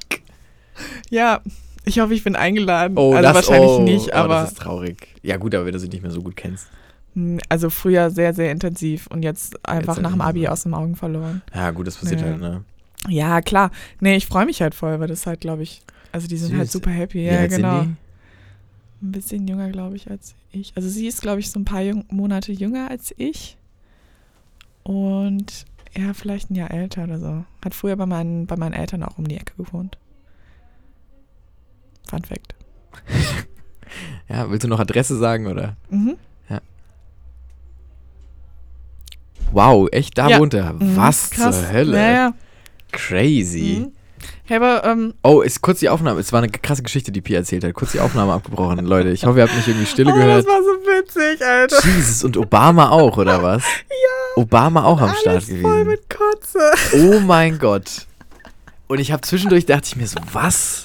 Speaker 2: ja, ich hoffe, ich bin eingeladen. also wahrscheinlich
Speaker 1: oh,
Speaker 2: nicht,
Speaker 1: oh,
Speaker 2: aber
Speaker 1: das ist traurig. Ja gut, aber wenn du sie nicht mehr so gut kennst.
Speaker 2: Mm, Also früher sehr, sehr intensiv und jetzt einfach
Speaker 1: Jetzt
Speaker 2: nach dem
Speaker 1: einfach
Speaker 2: Abi
Speaker 1: so.
Speaker 2: aus den Augen verloren.
Speaker 1: Ja, gut, das passiert
Speaker 2: Ja.
Speaker 1: halt, ne?
Speaker 2: Ja, klar. Nee, ich freue mich halt voll, weil das halt, glaube ich, also die sind halt
Speaker 1: Süß.
Speaker 2: super happy.
Speaker 1: Wie
Speaker 2: Ja,
Speaker 1: alt sind
Speaker 2: genau.
Speaker 1: die?
Speaker 2: Ein bisschen jünger, glaube ich, als ich. Also sie ist, glaube ich, so ein paar jüng Monate jünger als ich. Und ja, vielleicht ein Jahr älter oder so. Hat früher bei meinen, bei meinen Eltern auch um die Ecke gewohnt. Fun Fact.
Speaker 1: Ja, willst du noch Adresse sagen, oder?
Speaker 2: Mhm.
Speaker 1: Wow, echt, da
Speaker 2: Ja.
Speaker 1: wohnt er.
Speaker 2: Mhm,
Speaker 1: Was zur Hölle?
Speaker 2: Ja, ja.
Speaker 1: Crazy.
Speaker 2: Mhm. Hey, aber ähm,
Speaker 1: Oh, ist kurz die Aufnahme. Es war eine krasse Geschichte, die Pia erzählt hat. Kurz die Aufnahme abgebrochen, Leute. Ich hoffe, ihr habt nicht irgendwie Stille
Speaker 2: *laughs* oh, das
Speaker 1: gehört.
Speaker 2: war so witzig, Alter.
Speaker 1: Jesus, und Obama auch, oder was?
Speaker 2: Ja.
Speaker 1: Obama auch am Start
Speaker 2: Alles voll
Speaker 1: gewesen.
Speaker 2: mit Kotze.
Speaker 1: Oh mein Gott. Und ich habe zwischendurch dachte ich mir so, was?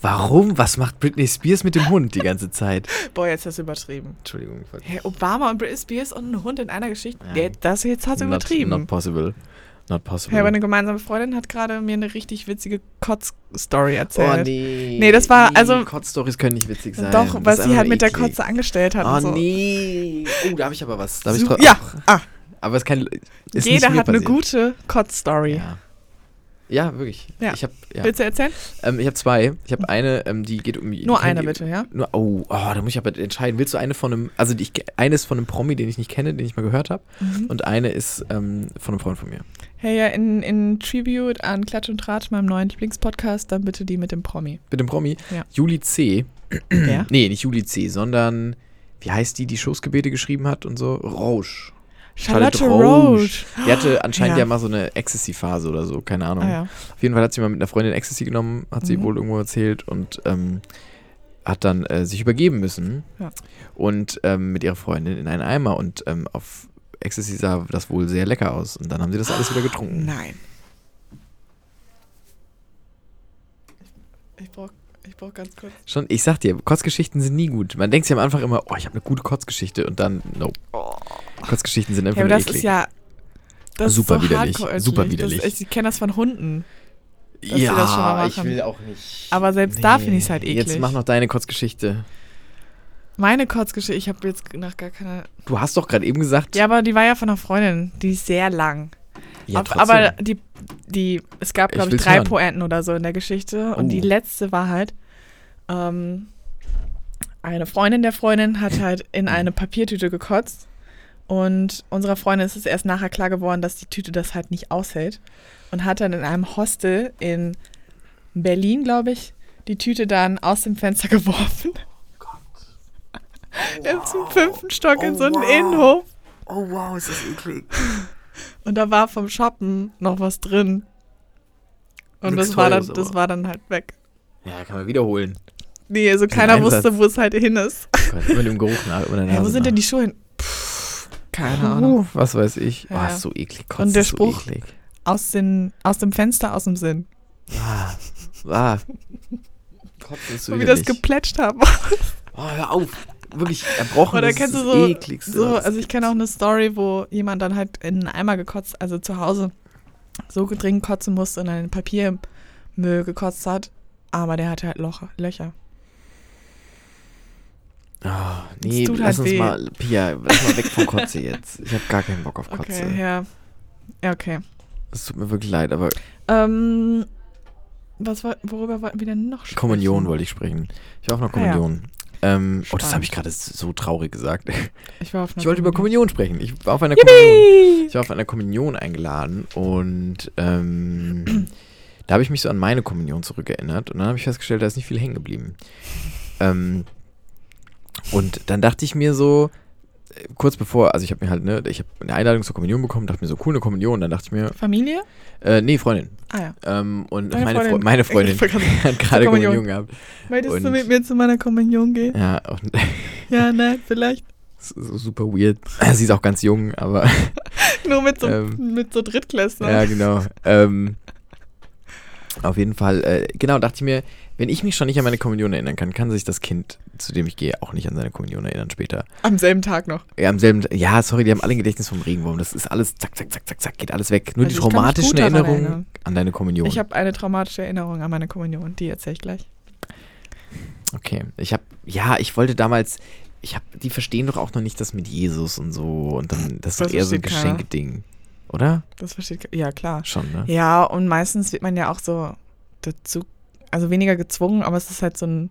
Speaker 1: Warum? Was macht Britney Spears mit dem Hund die ganze Zeit?
Speaker 2: Boah, jetzt hast du übertrieben.
Speaker 1: Entschuldigung. ich wollte-
Speaker 2: Hey, Obama und Britney Spears und ein Hund in einer Geschichte.
Speaker 1: Ja.
Speaker 2: Der- Das jetzt hast du übertrieben.
Speaker 1: Not, not possible. Not possible.
Speaker 2: hey, aber eine gemeinsame Freundin hat gerade mir eine richtig witzige Kotz-Story
Speaker 1: Oh
Speaker 2: erzählt.
Speaker 1: nee.
Speaker 2: Nee, das war- also-
Speaker 1: Kotz-Stories können nicht witzig sein.
Speaker 2: Doch,
Speaker 1: Das
Speaker 2: was
Speaker 1: ist
Speaker 2: sie
Speaker 1: einfach
Speaker 2: halt
Speaker 1: nur
Speaker 2: mit der
Speaker 1: eklig.
Speaker 2: Kotze angestellt hat. und
Speaker 1: Oh
Speaker 2: so.
Speaker 1: nee. Oh, da habe ich aber was. Da hab ich
Speaker 2: Super.
Speaker 1: dra-
Speaker 2: Ja,
Speaker 1: Ach,
Speaker 2: ah,
Speaker 1: aber es ist kein. Ist nicht
Speaker 2: jeder
Speaker 1: mir
Speaker 2: hat eine
Speaker 1: passiert.
Speaker 2: gute Kotz-Story.
Speaker 1: Ja. ja, wirklich.
Speaker 2: Ja.
Speaker 1: Ich habe ja.
Speaker 2: Willst du erzählen?
Speaker 1: ähm, ich hab zwei. Ich habe eine, ähm, die geht um.
Speaker 2: Nur
Speaker 1: die kann-
Speaker 2: eine bitte, ja?
Speaker 1: Nur, oh, oh, da muss ich aber entscheiden. Willst du eine von einem. Also, die, ich, eine ist von einem Promi, den ich nicht kenne, den ich mal gehört habe.
Speaker 2: Mhm.
Speaker 1: Und eine ist ähm, von einem Freund von mir.
Speaker 2: Hey, ja, in, in Tribute an Klatsch und Tratsch, meinem neuen Lieblingspodcast, dann bitte die mit
Speaker 1: *clears throat*
Speaker 2: dem Promi.
Speaker 1: Mit dem Promi.
Speaker 2: Ja.
Speaker 1: Juli C.
Speaker 2: Wer?
Speaker 1: Nee, nicht Juli C., sondern. Wie heißt die, die Schoßgebete geschrieben hat und so? Rausch.
Speaker 2: Charlotte
Speaker 1: Roche.
Speaker 2: Roche.
Speaker 1: Die
Speaker 2: *gasps*
Speaker 1: hatte anscheinend ja,
Speaker 2: Ja.
Speaker 1: mal so eine Ecstasy-Phase oder so, keine Ahnung.
Speaker 2: Ah, ja.
Speaker 1: Auf jeden Fall hat sie mal mit einer Freundin Ecstasy genommen, hat sie
Speaker 2: Mhm.
Speaker 1: wohl irgendwo erzählt und ähm, hat dann äh, sich übergeben müssen
Speaker 2: Ja.
Speaker 1: und ähm, mit ihrer Freundin in einen Eimer und ähm, auf Ecstasy sah das wohl sehr lecker aus und dann haben sie das alles wieder getrunken.
Speaker 2: Nein. Ich, ich brauche ich brauch ganz kurz.
Speaker 1: Schon, ich sag dir, Kotzgeschichten sind nie gut. Man denkt sich am Anfang immer, oh, ich habe eine gute Kotzgeschichte und dann, nope. Kotzgeschichten sind einfach
Speaker 2: Ja, aber
Speaker 1: nur
Speaker 2: das
Speaker 1: Oh. eklig.
Speaker 2: ist ja. Das
Speaker 1: Super
Speaker 2: ist so
Speaker 1: widerlich,
Speaker 2: hardcore
Speaker 1: super
Speaker 2: eklig. Das-
Speaker 1: widerlich.
Speaker 2: Ich kenne das von Hunden. dass die
Speaker 1: ja,
Speaker 2: das schon mal
Speaker 1: ich
Speaker 2: machen.
Speaker 1: will auch nicht.
Speaker 2: Aber selbst da finde ich es halt eklig.
Speaker 1: Jetzt mach noch deine Kotzgeschichte.
Speaker 2: Meine Kotzgeschichte, ich habe jetzt nach gar keiner.
Speaker 1: Du hast doch gerade eben gesagt,
Speaker 2: Ja, aber die war ja von einer Freundin. Die ist sehr lang.
Speaker 1: ja,
Speaker 2: Ab-
Speaker 1: trotzdem.
Speaker 2: aber die, die, es gab,
Speaker 1: Ich
Speaker 2: glaube ich,
Speaker 1: will's
Speaker 2: drei
Speaker 1: hören.
Speaker 2: Poeten oder so in der Geschichte. Und
Speaker 1: Oh.
Speaker 2: die letzte war halt, ähm, eine Freundin der
Speaker 1: *laughs*
Speaker 2: Freundin hat halt in eine Papiertüte gekotzt. Und unserer Freundin ist es erst nachher klar geworden, dass die Tüte das halt nicht aushält. Und hat dann in einem Hostel in Berlin, glaube ich, die Tüte dann aus dem Fenster *laughs* geworfen. Im fünften Stock in so einen Innenhof.
Speaker 1: oh wow, ist das eklig.
Speaker 2: Und da war vom Shoppen noch was drin. Und
Speaker 1: Nix
Speaker 2: das war, dann,
Speaker 1: Teures,
Speaker 2: das
Speaker 1: aber.
Speaker 2: war dann halt weg.
Speaker 1: Ja, kann man wiederholen.
Speaker 2: Nee, also
Speaker 1: Kein
Speaker 2: keiner
Speaker 1: Einsatz. genau.
Speaker 2: wusste, wo es halt hin ist.
Speaker 1: Gott, immer dem Geruch nach. Oder
Speaker 2: Ja, wo sind denn die Schuhe hin? keine Ahnung.
Speaker 1: Was weiß ich.
Speaker 2: Ja.
Speaker 1: Oh, ist so eklig. Kotz
Speaker 2: Und der
Speaker 1: ist so
Speaker 2: Spruch?
Speaker 1: eklig.
Speaker 2: Aus, den, aus dem Fenster, aus dem Sinn.
Speaker 1: Ah. ah. Kotz ist so
Speaker 2: So wie das
Speaker 1: widerlich.
Speaker 2: geplätscht haben.
Speaker 1: Oh, hör auf. Wirklich erbrochen.
Speaker 2: Oder
Speaker 1: Oh, das
Speaker 2: kennst
Speaker 1: ist
Speaker 2: du
Speaker 1: das
Speaker 2: so,
Speaker 1: ekligste.
Speaker 2: so
Speaker 1: was es
Speaker 2: also ich kenne auch eine Story, wo jemand dann halt in einen Eimer gekotzt, also zu Hause so dringend kotzen musste und einen Papiermüll gekotzt hat, aber der hatte halt Loch, Löcher.
Speaker 1: gibt. Ah, nee,
Speaker 2: tut
Speaker 1: lass
Speaker 2: halt
Speaker 1: uns
Speaker 2: weh.
Speaker 1: mal, Pia, lass mal weg von Kotze jetzt. Ich habe gar keinen Bock auf Kotze.
Speaker 2: Okay, ja. Ja, okay.
Speaker 1: Es tut mir wirklich leid, aber
Speaker 2: Ähm, was woll- worüber wollten wir denn noch sprechen?
Speaker 1: Kommunion wollte ich sprechen. Ich war auf einer
Speaker 2: Ah, ja.
Speaker 1: Kommunion. ähm, oh, das
Speaker 2: Spannend.
Speaker 1: habe ich gerade so traurig gesagt.
Speaker 2: Ich war auf
Speaker 1: *laughs*
Speaker 2: einer
Speaker 1: Ich wollte über Kommunion sprechen. Ich war auf einer Kommunion.
Speaker 2: Yippie!
Speaker 1: Ich war auf einer Kommunion eingeladen und ähm, *clears throat* da habe ich mich so an meine Kommunion zurückerinnert und dann habe ich festgestellt, da ist nicht viel hängen geblieben. Ähm, und dann dachte ich mir so, äh, kurz bevor, also ich habe mir halt, ne, ich habe eine Einladung zur Kommunion bekommen, dachte mir so, cool, eine Kommunion, dann dachte ich mir,
Speaker 2: Familie?
Speaker 1: äh, nee, Freundin.
Speaker 2: Ah ja.
Speaker 1: Ähm, und
Speaker 2: Deine
Speaker 1: meine, Freundin,
Speaker 2: Freundin.
Speaker 1: meine Freundin
Speaker 2: *laughs* Ich wollte
Speaker 1: *laughs*
Speaker 2: gerade
Speaker 1: hat gerade
Speaker 2: Kommunion.
Speaker 1: Kommunion gehabt.
Speaker 2: Möchtest du
Speaker 1: Und-
Speaker 2: mit mir zu meiner Kommunion gehen?
Speaker 1: Ja, und
Speaker 2: Ja, nein, vielleicht.
Speaker 1: *laughs* so super weird. Äh, Sie ist auch ganz jung, aber *laughs*
Speaker 2: Nur mit so,
Speaker 1: Ähm,
Speaker 2: mit so Drittklässlern.
Speaker 1: Ja, genau. ähm, auf jeden Fall, äh, genau, dachte ich mir, wenn ich mich schon nicht an meine Kommunion erinnern kann, kann sich das Kind, zu dem ich gehe, auch nicht an seine Kommunion erinnern später.
Speaker 2: Am selben Tag noch.
Speaker 1: Ja, am selben, ja, sorry, die haben alle ein Gedächtnis vom Regenwurm. Das ist alles, zack, zack, zack, zack, zack, geht alles weg. Nur die
Speaker 2: Also ich kann mich
Speaker 1: traumatischen
Speaker 2: gut daran
Speaker 1: Erinnerungen
Speaker 2: erinnern.
Speaker 1: an deine Kommunion.
Speaker 2: Ich habe eine traumatische Erinnerung an meine Kommunion, die erzähle ich gleich.
Speaker 1: okay, ich habe, ja, ich wollte damals, ich habe, die verstehen doch auch noch nicht das mit Jesus und so. Und dann, das ist
Speaker 2: Das
Speaker 1: doch eher so ein
Speaker 2: versteht keiner.
Speaker 1: Geschenkeding. Oder?
Speaker 2: Das versteht ke- Ja, klar.
Speaker 1: Schon, ne?
Speaker 2: Ja, und meistens wird man ja auch so dazu, also weniger gezwungen, aber es ist halt so ein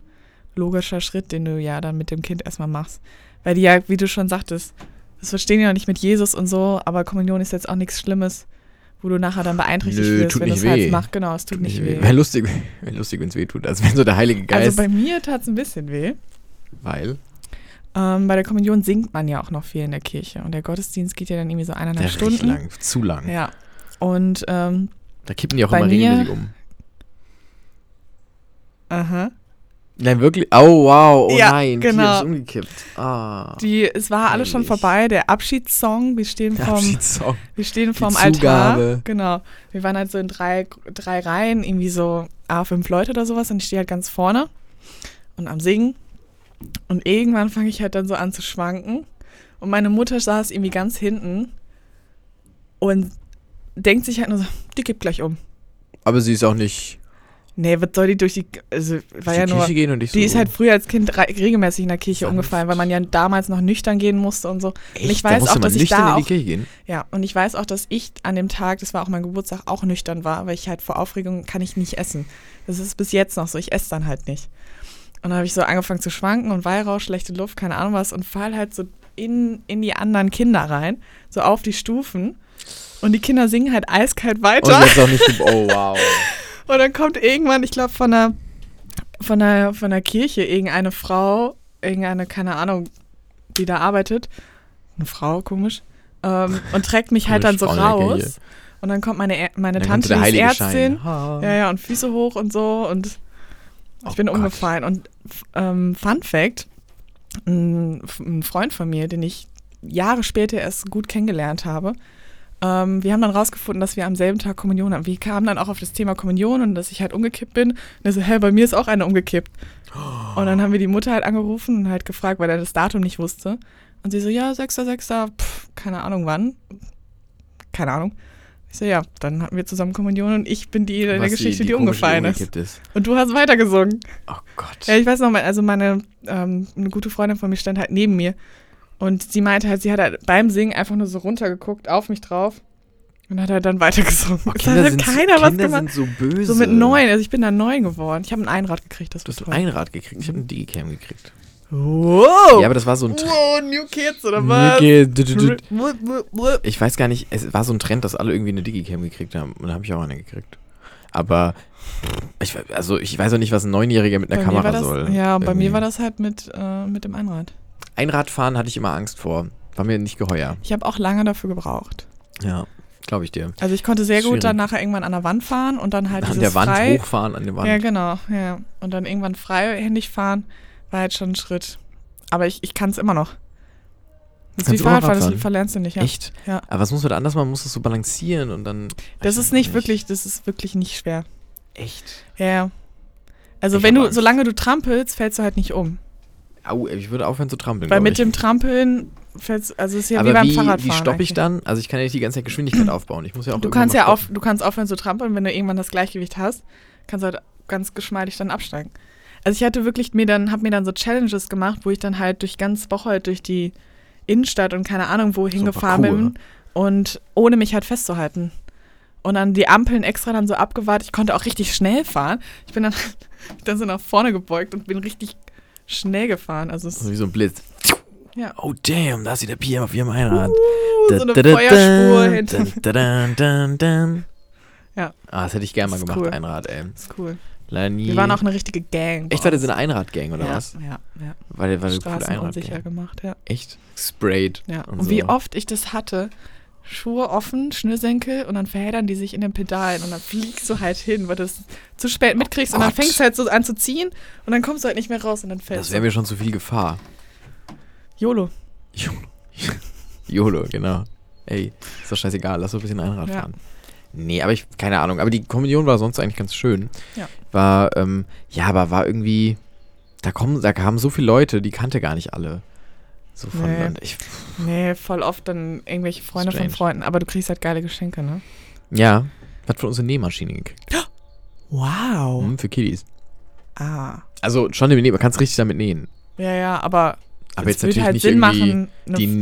Speaker 2: logischer Schritt, den du ja dann mit dem Kind erstmal machst. Weil die ja, wie du schon sagtest, das verstehen die noch nicht mit Jesus und so, aber Kommunion ist jetzt auch nichts Schlimmes, wo du nachher dann beeinträchtigt
Speaker 1: Nö,
Speaker 2: wirst,
Speaker 1: tut
Speaker 2: wenn du
Speaker 1: nicht
Speaker 2: es halt
Speaker 1: weh.
Speaker 2: machst. Genau, es tut, nicht weh.
Speaker 1: Wäre lustig, *laughs* wär lustig wenn es weh tut. Also wenn so der Heilige
Speaker 2: Also
Speaker 1: Geist.
Speaker 2: bei mir tat es ein bisschen weh.
Speaker 1: weil.
Speaker 2: Ähm, bei der Kommunion singt man ja auch noch viel in der Kirche und der Gottesdienst geht ja dann irgendwie so eineinhalb
Speaker 1: Der ist richtig
Speaker 2: Stunden.
Speaker 1: lang, zu lang.
Speaker 2: Ja. Und ähm,
Speaker 1: Da kippen die auch
Speaker 2: Bei
Speaker 1: immer
Speaker 2: mir-
Speaker 1: regelmäßig um.
Speaker 2: aha.
Speaker 1: Nein, wirklich? Oh, wow, oh
Speaker 2: Ja,
Speaker 1: nein,
Speaker 2: genau.
Speaker 1: die ist umgekippt. Ah.
Speaker 2: Die, es war alles schon
Speaker 1: Herrlich.
Speaker 2: vorbei, der Abschiedssong, wir stehen
Speaker 1: Der
Speaker 2: vom,
Speaker 1: Abschiedssong.
Speaker 2: Wir stehen vorm Altar.
Speaker 1: Zugabe.
Speaker 2: Genau. Wir waren halt so in drei, drei Reihen, irgendwie so ah, fünf Leute oder sowas. Und ich stehe halt ganz vorne und am Singen. Und irgendwann fange ich halt dann so an zu schwanken. Und meine Mutter saß irgendwie ganz hinten und denkt sich halt nur so, die kippt gleich um.
Speaker 1: Aber sie ist auch nicht
Speaker 2: Nee, was soll die durch die, also war
Speaker 1: in
Speaker 2: ja
Speaker 1: die
Speaker 2: nur,
Speaker 1: Kirche gehen und ich so. um.
Speaker 2: die ist halt früher als Kind rei- regelmäßig in der Kirche
Speaker 1: Sanft.
Speaker 2: umgefallen, weil man ja damals noch nüchtern gehen musste und so.
Speaker 1: echt,
Speaker 2: und ich
Speaker 1: da
Speaker 2: weiß
Speaker 1: musste
Speaker 2: auch,
Speaker 1: man
Speaker 2: dass ich
Speaker 1: nüchtern
Speaker 2: da
Speaker 1: in
Speaker 2: auch
Speaker 1: die Kirche
Speaker 2: *laughs*
Speaker 1: gehen.
Speaker 2: ja, und ich weiß auch, dass ich an dem Tag, das war auch mein Geburtstag, auch nüchtern war, weil ich halt vor Aufregung kann ich nicht essen. Das ist bis jetzt noch so, ich esse dann halt nicht. Und dann habe ich so angefangen zu schwanken und Weihrauch, schlechte Luft, keine Ahnung was und fall halt so in, in die anderen Kinder rein, so auf die Stufen. Und die Kinder singen halt eiskalt
Speaker 1: Und
Speaker 2: weiter.
Speaker 1: sie hat's auch nicht ge- Oh, wow.
Speaker 2: Und dann kommt irgendwann, ich glaube, von einer, von, einer, von einer Kirche irgendeine Frau, irgendeine, keine Ahnung, die da arbeitet. Eine Frau, komisch. Ähm, und trägt mich halt dann so
Speaker 1: Komisch, Frauen in der Kirche.
Speaker 2: raus. Und dann kommt meine, Ä- meine
Speaker 1: Dann kommt
Speaker 2: Tante,
Speaker 1: der
Speaker 2: die
Speaker 1: heilige
Speaker 2: ist Ärztin.
Speaker 1: Schein. Ha.
Speaker 2: Ja, ja, und Füße hoch und so. Und
Speaker 1: Oh
Speaker 2: Ich bin
Speaker 1: Gott.
Speaker 2: umgefallen. Und f- ähm, Fun Fact: ein, F- ein Freund von mir, den ich Jahre später erst gut kennengelernt habe, ähm, wir haben dann rausgefunden, dass wir am selben Tag Kommunion haben. Wir kamen dann auch auf das Thema Kommunion und dass ich halt umgekippt bin. Und er so, hä, bei mir ist auch einer umgekippt.
Speaker 1: Oh.
Speaker 2: Und dann haben wir die Mutter halt angerufen und halt gefragt, weil er das Datum nicht wusste. Und sie so, ja, 6.6., pff, keine Ahnung wann. Keine Ahnung. Ich so, ja, dann hatten wir zusammen Kommunion und ich bin die in der
Speaker 1: Was
Speaker 2: Geschichte, die,
Speaker 1: komische
Speaker 2: umgefallen
Speaker 1: Uhr
Speaker 2: ist.
Speaker 1: gibt es.
Speaker 2: Und du hast weitergesungen.
Speaker 1: Oh Gott.
Speaker 2: Ja, ich weiß noch, mein- also meine ähm, eine gute Freundin von mir stand halt neben mir und sie meinte halt, sie hat halt beim Singen einfach nur so runtergeguckt auf mich drauf und hat halt dann weitergesungen.
Speaker 1: Oh,
Speaker 2: es hat halt
Speaker 1: so-
Speaker 2: keiner was
Speaker 1: Kinder
Speaker 2: gemacht.
Speaker 1: sind so böse.
Speaker 2: So mit neun, also ich bin dann neun geworden. Ich habe ein Einrad gekriegt, das
Speaker 1: Du
Speaker 2: war
Speaker 1: hast
Speaker 2: toll.
Speaker 1: ein Rad gekriegt. Ich habe eine Digicam gekriegt.
Speaker 2: wow.
Speaker 1: Ja, aber das war so ein Trend.
Speaker 2: wow, New Kids oder was?
Speaker 1: Ich weiß gar nicht, es war so ein Trend, dass alle irgendwie eine Digicam gekriegt haben. Und da habe ich auch eine gekriegt. Aber ich, we- also ich weiß auch nicht, was ein Neunjähriger mit einer
Speaker 2: Bei mir war
Speaker 1: Kamera
Speaker 2: das,
Speaker 1: soll.
Speaker 2: Ja, und bei
Speaker 1: Irgendwie.
Speaker 2: mir war das halt mit, äh, mit dem Einrad.
Speaker 1: Einradfahren hatte ich immer Angst vor. War mir nicht geheuer.
Speaker 2: Ich habe auch lange dafür gebraucht.
Speaker 1: Ja, glaube ich dir.
Speaker 2: Also ich konnte sehr gut
Speaker 1: Schwierig.
Speaker 2: dann nachher irgendwann an der Wand fahren und dann halt
Speaker 1: An
Speaker 2: dieses
Speaker 1: der Wand
Speaker 2: frei,
Speaker 1: hochfahren, an der Wand.
Speaker 2: Ja, genau. Ja. Und dann irgendwann freihändig fahren, war halt schon ein Schritt. Aber ich, ich kann es immer noch. Das ist wie
Speaker 1: Kannst du immer
Speaker 2: Fahrradfahren, das
Speaker 1: Radfahren?
Speaker 2: verlernst du nicht. Ja.
Speaker 1: Echt?
Speaker 2: Ja.
Speaker 1: Aber was muss man da anders machen? Man muss das so balancieren und dann.
Speaker 2: Das
Speaker 1: Ich
Speaker 2: ist
Speaker 1: weiß
Speaker 2: nicht wirklich, das ist wirklich nicht schwer.
Speaker 1: Echt?
Speaker 2: Ja, ja. Also
Speaker 1: Ich
Speaker 2: wenn
Speaker 1: hab
Speaker 2: du,
Speaker 1: Angst.
Speaker 2: solange du trampelst, fällst du halt nicht um.
Speaker 1: Au, ich würde aufhören zu trampeln.
Speaker 2: Weil
Speaker 1: glaub
Speaker 2: mit
Speaker 1: ich.
Speaker 2: dem Trampeln fällst also es ist ja
Speaker 1: Aber
Speaker 2: wie beim
Speaker 1: wie,
Speaker 2: Fahrradfahren.
Speaker 1: wie stoppe ich
Speaker 2: eigentlich.
Speaker 1: dann? Also ich kann ja nicht die ganze Zeit
Speaker 2: *clears throat*
Speaker 1: Geschwindigkeit aufbauen. Ich muss ja auch
Speaker 2: Du
Speaker 1: irgendwann
Speaker 2: kannst
Speaker 1: mal
Speaker 2: ja
Speaker 1: stoppen.
Speaker 2: auf, du kannst aufhören zu trampeln, wenn du irgendwann das Gleichgewicht hast, kannst du halt ganz geschmeidig dann absteigen. Also ich hatte wirklich mir dann, habe mir dann so Challenges gemacht, wo ich dann halt durch ganz Bocholt durch die Innenstadt und keine Ahnung wo hingefahren
Speaker 1: Parcours. ne?
Speaker 2: bin und ohne mich halt festzuhalten. Und dann die Ampeln extra dann so abgewartet. Ich konnte auch richtig schnell fahren. Ich bin dann, *laughs* bin dann so nach vorne gebeugt und bin richtig schnell gefahren. Also es
Speaker 1: So wie so ein Blitz.
Speaker 2: Ja.
Speaker 1: Oh damn, da ist wieder Pia auf ihrem Einrad.
Speaker 2: uh, so eine Feuerspur hinter mir.
Speaker 1: hinten.
Speaker 2: Ja.
Speaker 1: Ah, das hätte ich gerne mal
Speaker 2: Ist
Speaker 1: gemacht,
Speaker 2: cool.
Speaker 1: Einrad, ey.
Speaker 2: ist cool.
Speaker 1: Leider nie.
Speaker 2: Wir waren auch eine richtige Gang. bei
Speaker 1: Echt, war das
Speaker 2: uns.
Speaker 1: eine Einradgang oder
Speaker 2: ja,
Speaker 1: was?
Speaker 2: Ja, ja.
Speaker 1: Weil, weil du cool
Speaker 2: Straßen unsicher
Speaker 1: Einradgang.
Speaker 2: gemacht, ja.
Speaker 1: Echt? Sprayed.
Speaker 2: Ja, und,
Speaker 1: Und so.
Speaker 2: wie oft ich das hatte. Schuhe offen, Schnürsenkel und dann verheddern die sich in den Pedalen und dann fliegst du halt hin, weil du es zu spät mitkriegst und dann
Speaker 1: Oh Gott.
Speaker 2: fängst du halt so an zu ziehen und dann kommst du halt nicht mehr raus und dann
Speaker 1: Das
Speaker 2: fällst
Speaker 1: wäre
Speaker 2: du.
Speaker 1: mir schon zu viel Gefahr.
Speaker 2: YOLO.
Speaker 1: YOLO, genau. Ey, ist doch scheißegal, lass doch ein bisschen Einrad
Speaker 2: Ja.
Speaker 1: fahren. Nee, aber ich, keine Ahnung. Aber die Kommunion war sonst eigentlich ganz schön.
Speaker 2: Ja.
Speaker 1: War, ähm, ja, aber war irgendwie, da kommen, da kamen so viele Leute, die kannte gar nicht alle. So von,
Speaker 2: Nee.
Speaker 1: und ich,
Speaker 2: Nee, voll oft dann irgendwelche Freunde
Speaker 1: Strange.
Speaker 2: von Freunden, aber du kriegst halt geile Geschenke, ne?
Speaker 1: ja, hat von uns eine Nähmaschine gekriegt.
Speaker 2: Wow.
Speaker 1: Mhm, für Kiddies.
Speaker 2: Ah.
Speaker 1: Also schon eine Näh, man kann es richtig damit nähen.
Speaker 2: Ja, ja, aber,
Speaker 1: Aber jetzt,
Speaker 2: es würde
Speaker 1: natürlich
Speaker 2: halt
Speaker 1: nicht
Speaker 2: Sinn
Speaker 1: irgendwie
Speaker 2: machen. eine
Speaker 1: die
Speaker 2: F-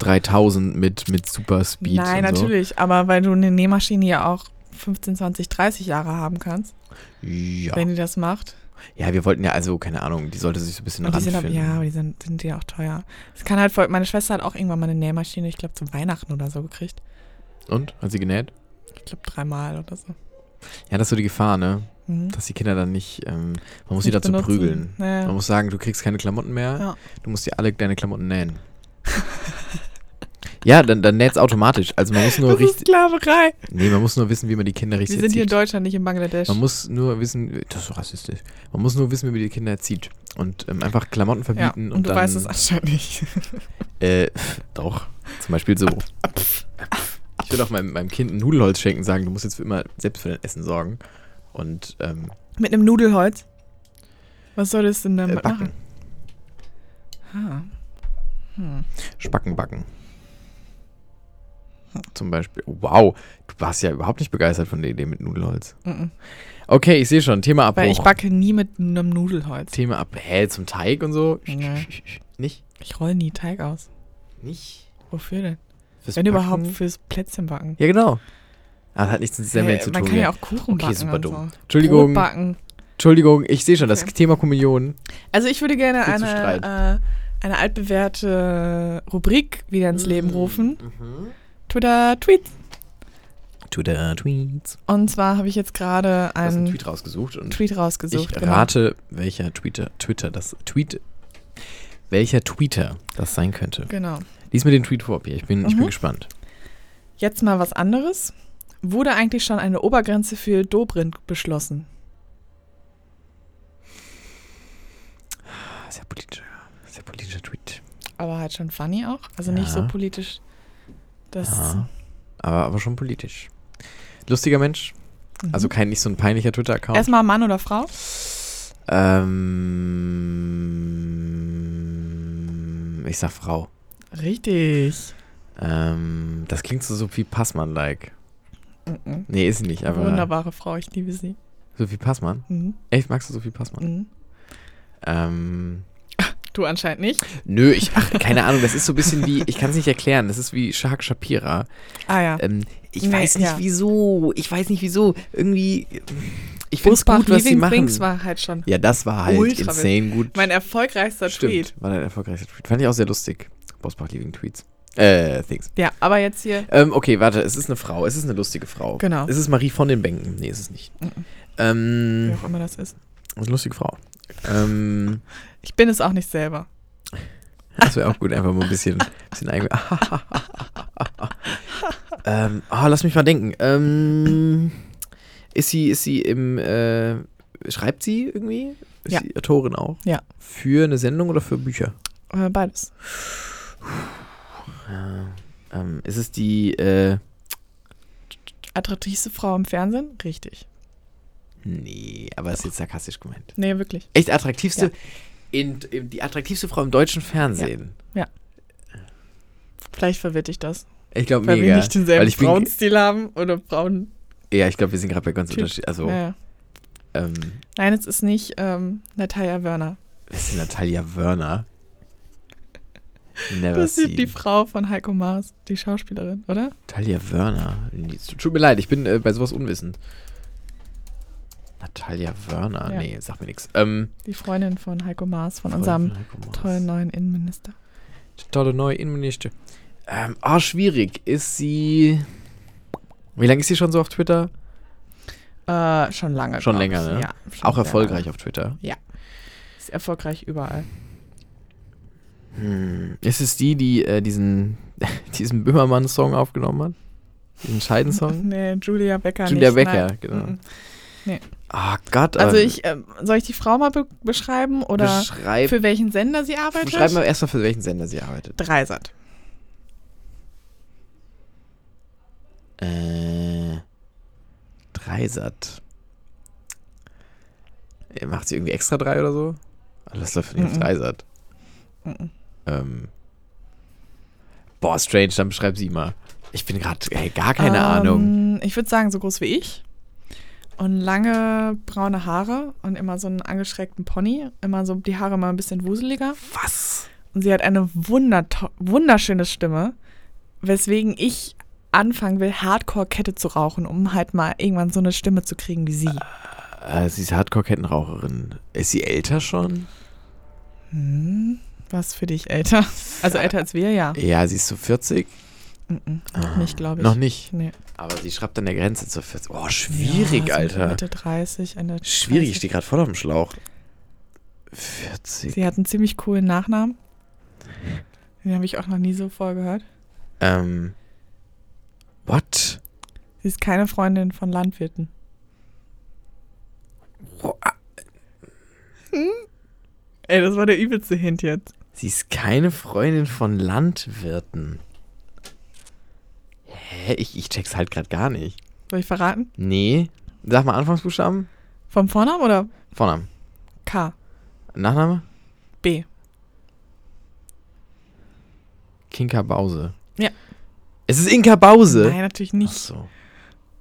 Speaker 1: Näh F3000 mit, mit Super Speed
Speaker 2: Nein,
Speaker 1: und
Speaker 2: natürlich, aber weil du eine Nähmaschine ja auch 15, 20, 30 Jahre haben kannst,
Speaker 1: so. Ja.
Speaker 2: wenn die das macht.
Speaker 1: ja, wir wollten ja also, keine Ahnung, die sollte sich so ein bisschen
Speaker 2: Und die sind aber,
Speaker 1: ranfinden.
Speaker 2: ja, aber die sind, sind ja auch teuer. Es kann halt voll, meine Schwester hat auch irgendwann mal eine Nähmaschine, ich glaube zu Weihnachten oder so gekriegt.
Speaker 1: Und? Hat sie genäht?
Speaker 2: Ich glaube dreimal oder so.
Speaker 1: Ja, das ist so die Gefahr, ne?
Speaker 2: Mhm.
Speaker 1: Dass die Kinder dann nicht, ähm, man muss sie
Speaker 2: Nicht
Speaker 1: dazu
Speaker 2: benutzen.
Speaker 1: prügeln.
Speaker 2: Ja.
Speaker 1: Man muss sagen, du kriegst keine Klamotten mehr,
Speaker 2: Ja.
Speaker 1: du musst dir alle deine Klamotten nähen. *laughs* ja, dann, dann näht's automatisch. Also man muss nur
Speaker 2: Das ist
Speaker 1: richtig,
Speaker 2: Sklaverei.
Speaker 1: nee, man muss nur wissen, wie man die Kinder
Speaker 2: Wir
Speaker 1: richtig
Speaker 2: sind hier in
Speaker 1: erzieht.
Speaker 2: Deutschland, nicht in Bangladesch.
Speaker 1: Man muss nur wissen, das ist rassistisch. Man muss nur wissen, wie man die Kinder erzieht. Und ähm, einfach Klamotten
Speaker 2: ja,
Speaker 1: verbieten
Speaker 2: und,
Speaker 1: und
Speaker 2: du
Speaker 1: dann,
Speaker 2: weißt es anscheinend nicht. *laughs*
Speaker 1: Äh, doch. Zum Beispiel so. Ich würde auch meinem, meinem Kind ein Nudelholz schenken und sagen, du musst jetzt für immer selbst für dein Essen sorgen. Und ähm,
Speaker 2: Mit einem Nudelholz. Was soll das denn
Speaker 1: äh,
Speaker 2: damit
Speaker 1: backen.
Speaker 2: machen? Ah. Hm.
Speaker 1: Spacken backen. Zum Beispiel. Wow, du warst ja überhaupt nicht begeistert von der Idee mit Nudelholz.
Speaker 2: Mhm.
Speaker 1: Okay, ich sehe schon. Thema Abbruch.
Speaker 2: Weil ich backe nie mit einem Nudelholz.
Speaker 1: Thema ab. Hä, zum Teig und so?
Speaker 2: Nee.
Speaker 1: Nicht?
Speaker 2: Ich roll nie Teig aus.
Speaker 1: Nicht?
Speaker 2: Wofür denn?
Speaker 1: Fürs
Speaker 2: Wenn
Speaker 1: Backen?
Speaker 2: überhaupt fürs Plätzchen backen.
Speaker 1: Ja, genau. Ah, das hat nichts mit Semmeln
Speaker 2: Hey,
Speaker 1: zu tun.
Speaker 2: man kann ja
Speaker 1: gell?
Speaker 2: auch Kuchen
Speaker 1: Okay,
Speaker 2: backen.
Speaker 1: super
Speaker 2: und
Speaker 1: dumm.
Speaker 2: So. Brot
Speaker 1: Entschuldigung,
Speaker 2: backen.
Speaker 1: Entschuldigung, ich sehe schon, das
Speaker 2: Okay.
Speaker 1: Thema Kommunion.
Speaker 2: Also ich würde gerne
Speaker 1: Viel zu
Speaker 2: eine, äh, eine altbewährte Rubrik wieder ins
Speaker 1: Mm.
Speaker 2: Leben rufen. Twitter Tweets.
Speaker 1: Mhm. To the Tweets.
Speaker 2: Und zwar habe ich jetzt gerade
Speaker 1: Du hast einen
Speaker 2: einen Tweet,
Speaker 1: Tweet rausgesucht und
Speaker 2: rausgesucht.
Speaker 1: ich
Speaker 2: genau.
Speaker 1: rate, welcher Twitter, Twitter, das Tweet, welcher Tweeter das sein könnte.
Speaker 2: Genau.
Speaker 1: Lies mir den Tweet vor, Pia. Ich bin, ich bin
Speaker 2: Mhm.
Speaker 1: gespannt.
Speaker 2: Jetzt mal was anderes. Wurde eigentlich schon eine Obergrenze für Dobrindt beschlossen?
Speaker 1: Ah, Sehr politischer, sehr politischer Tweet.
Speaker 2: Aber halt schon funny auch. Also nicht
Speaker 1: Ja.
Speaker 2: so politisch. Das
Speaker 1: Ja. Aber, aber schon politisch. Lustiger Mensch. Also kein nicht so ein peinlicher Twitter-Account.
Speaker 2: erstmal Mann oder Frau?
Speaker 1: Ähm, ich sag Frau.
Speaker 2: Richtig.
Speaker 1: Ähm, das klingt so Sophie Passmann-like.
Speaker 2: Mhm.
Speaker 1: Nee, ist sie nicht, aber.
Speaker 2: Wunderbare Frau, ich liebe sie.
Speaker 1: Sophie Passmann?
Speaker 2: Mhm.
Speaker 1: Echt, magst du Sophie Passmann?
Speaker 2: Mhm.
Speaker 1: Ähm,
Speaker 2: Du anscheinend nicht.
Speaker 1: nö, ich, ach, keine Ahnung, das ist so ein bisschen wie, ich kann es nicht erklären, das ist wie Shahak Shapira.
Speaker 2: Ah ja.
Speaker 1: Ähm, ich
Speaker 2: Nee,
Speaker 1: weiß nicht
Speaker 2: ja.
Speaker 1: wieso. Ich weiß nicht wieso. Irgendwie. Ich finde es
Speaker 2: Busbach
Speaker 1: gut, was sie
Speaker 2: Living
Speaker 1: machen.
Speaker 2: Wings war halt schon
Speaker 1: Ja, das war halt
Speaker 2: Ultra
Speaker 1: insane gut.
Speaker 2: mein erfolgreichster
Speaker 1: Stimmt,
Speaker 2: Tweet.
Speaker 1: war der erfolgreichste Tweet. Fand ich auch sehr lustig. Bosbach Living Tweets. Äh, Things.
Speaker 2: Ja, aber jetzt hier.
Speaker 1: Ähm, okay, warte, es ist eine Frau. Es ist eine lustige Frau.
Speaker 2: Genau.
Speaker 1: Es ist Marie von den Bänken. Nee, ist es nicht.
Speaker 2: Mhm. Wie
Speaker 1: Ähm,
Speaker 2: auch immer das
Speaker 1: ist
Speaker 2: ist.
Speaker 1: eine lustige Frau. Ähm,
Speaker 2: Ich bin es auch nicht selber.
Speaker 1: das wäre auch gut, einfach mal ein bisschen, bisschen eigen. *laughs* ähm, ah, lass mich mal denken. Ähm, ist sie, ist sie im, äh, schreibt sie irgendwie? Ist
Speaker 2: Ja.
Speaker 1: sie Autorin auch?
Speaker 2: Ja.
Speaker 1: Für eine Sendung oder für Bücher?
Speaker 2: Äh, Beides.
Speaker 1: Ja. Ähm, ist es die, äh,
Speaker 2: Attraktivste Frau im Fernsehen? Richtig.
Speaker 1: nee, aber das ist jetzt sarkastisch gemeint.
Speaker 2: Nee, wirklich.
Speaker 1: Echt attraktivste, in, in, die attraktivste Frau im deutschen Fernsehen.
Speaker 2: Vielleicht verwirrt dich das.
Speaker 1: Ich glaube,
Speaker 2: Weil
Speaker 1: mega.
Speaker 2: wir nicht denselben
Speaker 1: Weil ich bin,
Speaker 2: Frauenstil haben oder Frauen.
Speaker 1: ja, ich glaube, wir sind gerade bei ganz
Speaker 2: Typ.
Speaker 1: unterschiedlichen. Also,
Speaker 2: Ja, ja.
Speaker 1: ähm,
Speaker 2: Nein, es ist nicht ähm, Natalia Wörner.
Speaker 1: Wer ist denn Natalia Wörner? Never
Speaker 2: Das
Speaker 1: seen.
Speaker 2: ist die Frau von Heiko Maas, die Schauspielerin, oder?
Speaker 1: Natalia Wörner. Nee, es tut- Tut mir leid, ich bin äh, bei sowas unwissend. Natalia Wörner.
Speaker 2: Ja.
Speaker 1: Nee, sag mir nichts. Ähm,
Speaker 2: Die Freundin von Heiko Maas, von
Speaker 1: Freund
Speaker 2: unserem
Speaker 1: von Heiko Maas.
Speaker 2: tollen neuen Innenminister.
Speaker 1: Tolle neue Innenminister. Ähm, ah, schwierig. Ist sie. Wie lange ist sie schon so auf Twitter?
Speaker 2: Äh, schon lange.
Speaker 1: Schon
Speaker 2: glaub
Speaker 1: länger,
Speaker 2: ich.
Speaker 1: ne?
Speaker 2: Ja, schon
Speaker 1: Auch
Speaker 2: sehr
Speaker 1: erfolgreich auf Twitter.
Speaker 2: lange. Ist erfolgreich überall.
Speaker 1: Hm. Ist es die, die äh, diesen, *laughs* diesen Böhmermann-Song aufgenommen hat? Diesen Scheidensong?
Speaker 2: Nee, Julia Becker
Speaker 1: Hm? Julia
Speaker 2: nicht.
Speaker 1: Becker,
Speaker 2: nein.
Speaker 1: genau.
Speaker 2: Mhm.
Speaker 1: Ah, Gott.
Speaker 2: Also
Speaker 1: ähm,
Speaker 2: ich, ähm, soll ich die Frau mal be beschreiben oder
Speaker 1: beschreib
Speaker 2: für welchen Sender sie arbeitet?
Speaker 1: Schreib mal erstmal, für welchen Sender sie arbeitet.
Speaker 2: Dreisat.
Speaker 1: Äh. Dreisat. Äh, Macht sie irgendwie extra drei oder so? Ah, Das läuft nicht auf
Speaker 2: Mhm.
Speaker 1: Dreisat.
Speaker 2: Mhm.
Speaker 1: Ähm. Boah, strange, dann beschreib sie mal. Ich bin gerade äh, gar keine
Speaker 2: Ähm,
Speaker 1: Ahnung.
Speaker 2: Ich würde sagen, so groß wie ich. Und lange braune Haare und immer so einen angeschrägten Pony. Immer so die Haare mal ein bisschen wuseliger.
Speaker 1: Was?
Speaker 2: Und sie hat eine wunderto- wunderschöne Stimme, weswegen ich anfangen will, Hardcore-Kette zu rauchen, um halt mal irgendwann so eine Stimme zu kriegen wie sie.
Speaker 1: Äh, sie ist Hardcore-Kettenraucherin. Ist sie älter schon?
Speaker 2: Hm, was für dich älter? Also älter als wir, ja.
Speaker 1: Ja, sie ist so 40.
Speaker 2: Mhm, noch nicht, glaube ich.
Speaker 1: Ah, Noch nicht.
Speaker 2: Nee.
Speaker 1: Aber sie schreibt an der Grenze zur 40. Oh, schwierig,
Speaker 2: Ja, so
Speaker 1: Alter.
Speaker 2: Mitte 30, Ende 30.
Speaker 1: Schwierig, ich stehe gerade voll auf dem Schlauch. 40.
Speaker 2: Sie hat einen ziemlich coolen Nachnamen. Den habe ich auch noch nie so vorgehört.
Speaker 1: Ähm. What?
Speaker 2: Sie ist keine Freundin von Landwirten.
Speaker 1: Wo- ah,
Speaker 2: Hm? Ey, das war der übelste Hint jetzt.
Speaker 1: Sie ist keine Freundin von Landwirten. Hä? Ich, ich check's halt gerade gar nicht.
Speaker 2: Soll ich verraten?
Speaker 1: Nee. Sag mal Anfangsbuchstaben.
Speaker 2: Vom Vornamen oder
Speaker 1: Vorname.
Speaker 2: K?
Speaker 1: Nachname?
Speaker 2: B.
Speaker 1: Kinka Bause.
Speaker 2: Ja.
Speaker 1: Es ist Inka Bause.
Speaker 2: Nein, natürlich
Speaker 1: Ach
Speaker 2: nicht.
Speaker 1: so.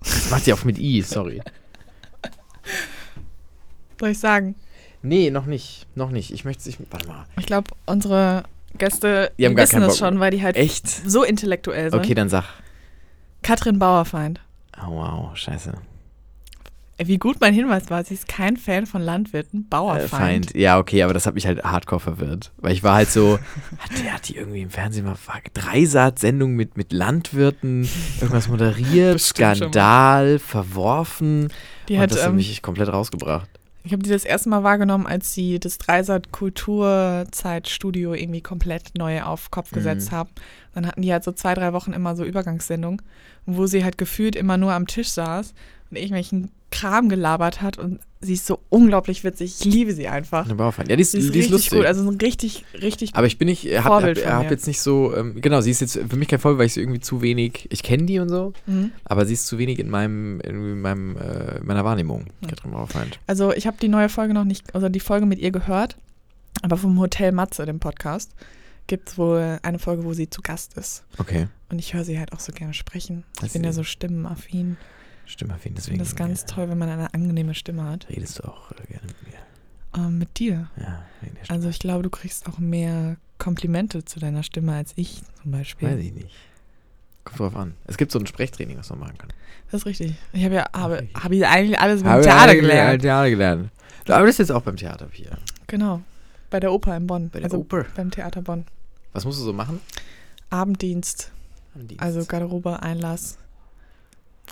Speaker 1: Das macht sie auch mit I, sorry.
Speaker 2: Soll ich sagen?
Speaker 1: Nee, noch nicht. Noch nicht. Ich möchte ich. Warte mal.
Speaker 2: Ich glaube, unsere Gäste
Speaker 1: Die haben gar
Speaker 2: wissen
Speaker 1: keinen
Speaker 2: das
Speaker 1: Bock.
Speaker 2: schon, weil die halt
Speaker 1: Echt?
Speaker 2: so intellektuell sind.
Speaker 1: Okay, dann sag.
Speaker 2: Katrin Bauerfeind.
Speaker 1: Oh, wow, scheiße.
Speaker 2: Ey, Wie gut mein Hinweis war, sie ist kein Fan von Landwirten.
Speaker 1: Äh,
Speaker 2: Bauerfeind.
Speaker 1: Ja, okay, aber das hat mich halt hardcore verwirrt. Weil ich war halt
Speaker 2: *laughs*
Speaker 1: so, hat, der, hat die irgendwie im Fernsehen mal war- Dreisat-Sendung mit, mit Landwirten,
Speaker 2: *laughs*
Speaker 1: irgendwas moderiert,
Speaker 2: Bestimmt schon mal.
Speaker 1: Skandal, verworfen.
Speaker 2: die
Speaker 1: und
Speaker 2: hat,
Speaker 1: das hat
Speaker 2: ähm,
Speaker 1: mich komplett rausgebracht.
Speaker 2: ich habe die das erste Mal wahrgenommen, als sie das Dreisat Kulturzeitstudio irgendwie komplett neu auf Kopf
Speaker 1: Mhm.
Speaker 2: gesetzt haben. Dann hatten die halt so zwei, drei Wochen immer so Übergangssendungen, wo sie halt gefühlt immer nur am Tisch saß und irgendwelchen Kram gelabert hat und sie ist so unglaublich witzig. Ich liebe sie einfach.
Speaker 1: Eine Bauerfeind. Ja, die ist,
Speaker 2: Sie ist
Speaker 1: die ist
Speaker 2: richtig
Speaker 1: lustig.
Speaker 2: gut, also so ein richtig, richtig
Speaker 1: aber ich bin nicht, äh, hab,
Speaker 2: Vorbild
Speaker 1: hab,
Speaker 2: von
Speaker 1: hab
Speaker 2: mir.
Speaker 1: jetzt nicht so, ähm, genau, sie ist jetzt für mich kein Vorbild, weil ich sie irgendwie zu wenig, ich kenne die und so,
Speaker 2: Mhm.
Speaker 1: aber sie ist zu wenig in meinem, irgendwie in meinem, äh, in meiner Wahrnehmung, Katrin Bauerfeind.
Speaker 2: Also ich habe die neue Folge noch nicht, also die Folge mit ihr gehört, aber vom Hotel Matze, dem Podcast, gibt es wohl eine Folge, wo sie zu Gast ist.
Speaker 1: Okay,
Speaker 2: Und ich höre sie halt auch so gerne sprechen. Ich
Speaker 1: Also
Speaker 2: bin ja
Speaker 1: sie-
Speaker 2: so stimmenaffin.
Speaker 1: stimmt auf jeden
Speaker 2: Ich
Speaker 1: Fall.
Speaker 2: finde das ganz toll, wenn man eine angenehme Stimme hat.
Speaker 1: Redest du auch äh, gerne mit mir.
Speaker 2: Ähm, mit dir.
Speaker 1: Ja, wegen der Stimme.
Speaker 2: Also ich glaube, du kriegst auch mehr Komplimente zu deiner Stimme als ich zum Beispiel.
Speaker 1: Weiß ich nicht. Kommt drauf an. Es gibt so ein Sprechtraining, was man machen kann.
Speaker 2: Das ist richtig. Ich habe ja habe,
Speaker 1: Okay.
Speaker 2: habe ich eigentlich alles beim Theater gelernt.
Speaker 1: Theater gelernt. Du arbeitest jetzt auch beim Theater hier.
Speaker 2: Genau. Bei der Oper in Bonn.
Speaker 1: Bei der
Speaker 2: also
Speaker 1: Oper.
Speaker 2: beim Theater Bonn.
Speaker 1: Was musst du so machen?
Speaker 2: Abenddienst. Also Garderobe, Einlass.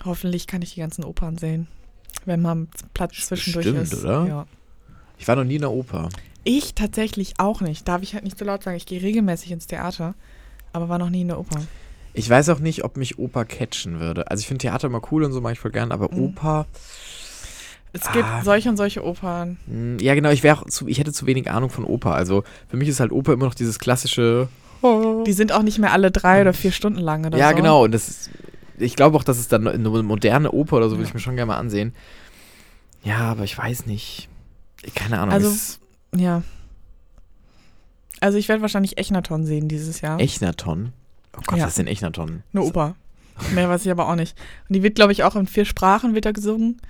Speaker 2: Hoffentlich kann ich die ganzen Opern sehen, wenn mal Platz zwischendurch
Speaker 1: Bestimmt,
Speaker 2: ist.
Speaker 1: oder?
Speaker 2: Ja.
Speaker 1: ich war noch nie in der Oper.
Speaker 2: Ich tatsächlich auch nicht. Darf ich halt nicht so laut sagen. Ich gehe regelmäßig ins Theater, aber war noch nie in der Oper.
Speaker 1: Ich weiß auch nicht, ob mich Oper catchen würde. Also ich finde Theater immer cool und so mache ich voll gern, aber
Speaker 2: Mhm.
Speaker 1: Oper.
Speaker 2: Es gibt
Speaker 1: Ah.
Speaker 2: solche und solche Opern.
Speaker 1: Mh, ja, genau, ich wäre auch zu, ich hätte zu wenig Ahnung von Oper. Also für mich ist halt Oper immer noch dieses klassische.
Speaker 2: Die sind auch nicht mehr alle drei oder vier Stunden lang oder
Speaker 1: Oh. ja,
Speaker 2: so.
Speaker 1: genau. Und das ist, ich glaube auch, dass es dann eine moderne Oper oder so würde ich mir schon gerne mal ansehen. Ja, aber ich weiß nicht. Keine Ahnung.
Speaker 2: Also-
Speaker 1: es-
Speaker 2: Ja. Also ich werde wahrscheinlich Echnaton sehen dieses Jahr.
Speaker 1: Echnaton. Oh Gott,
Speaker 2: Ja.
Speaker 1: was ist denn Echnaton?
Speaker 2: Eine Oper. Mehr weiß ich aber auch nicht. Und die wird, glaube ich, auch in vier Sprachen wieder gesungen.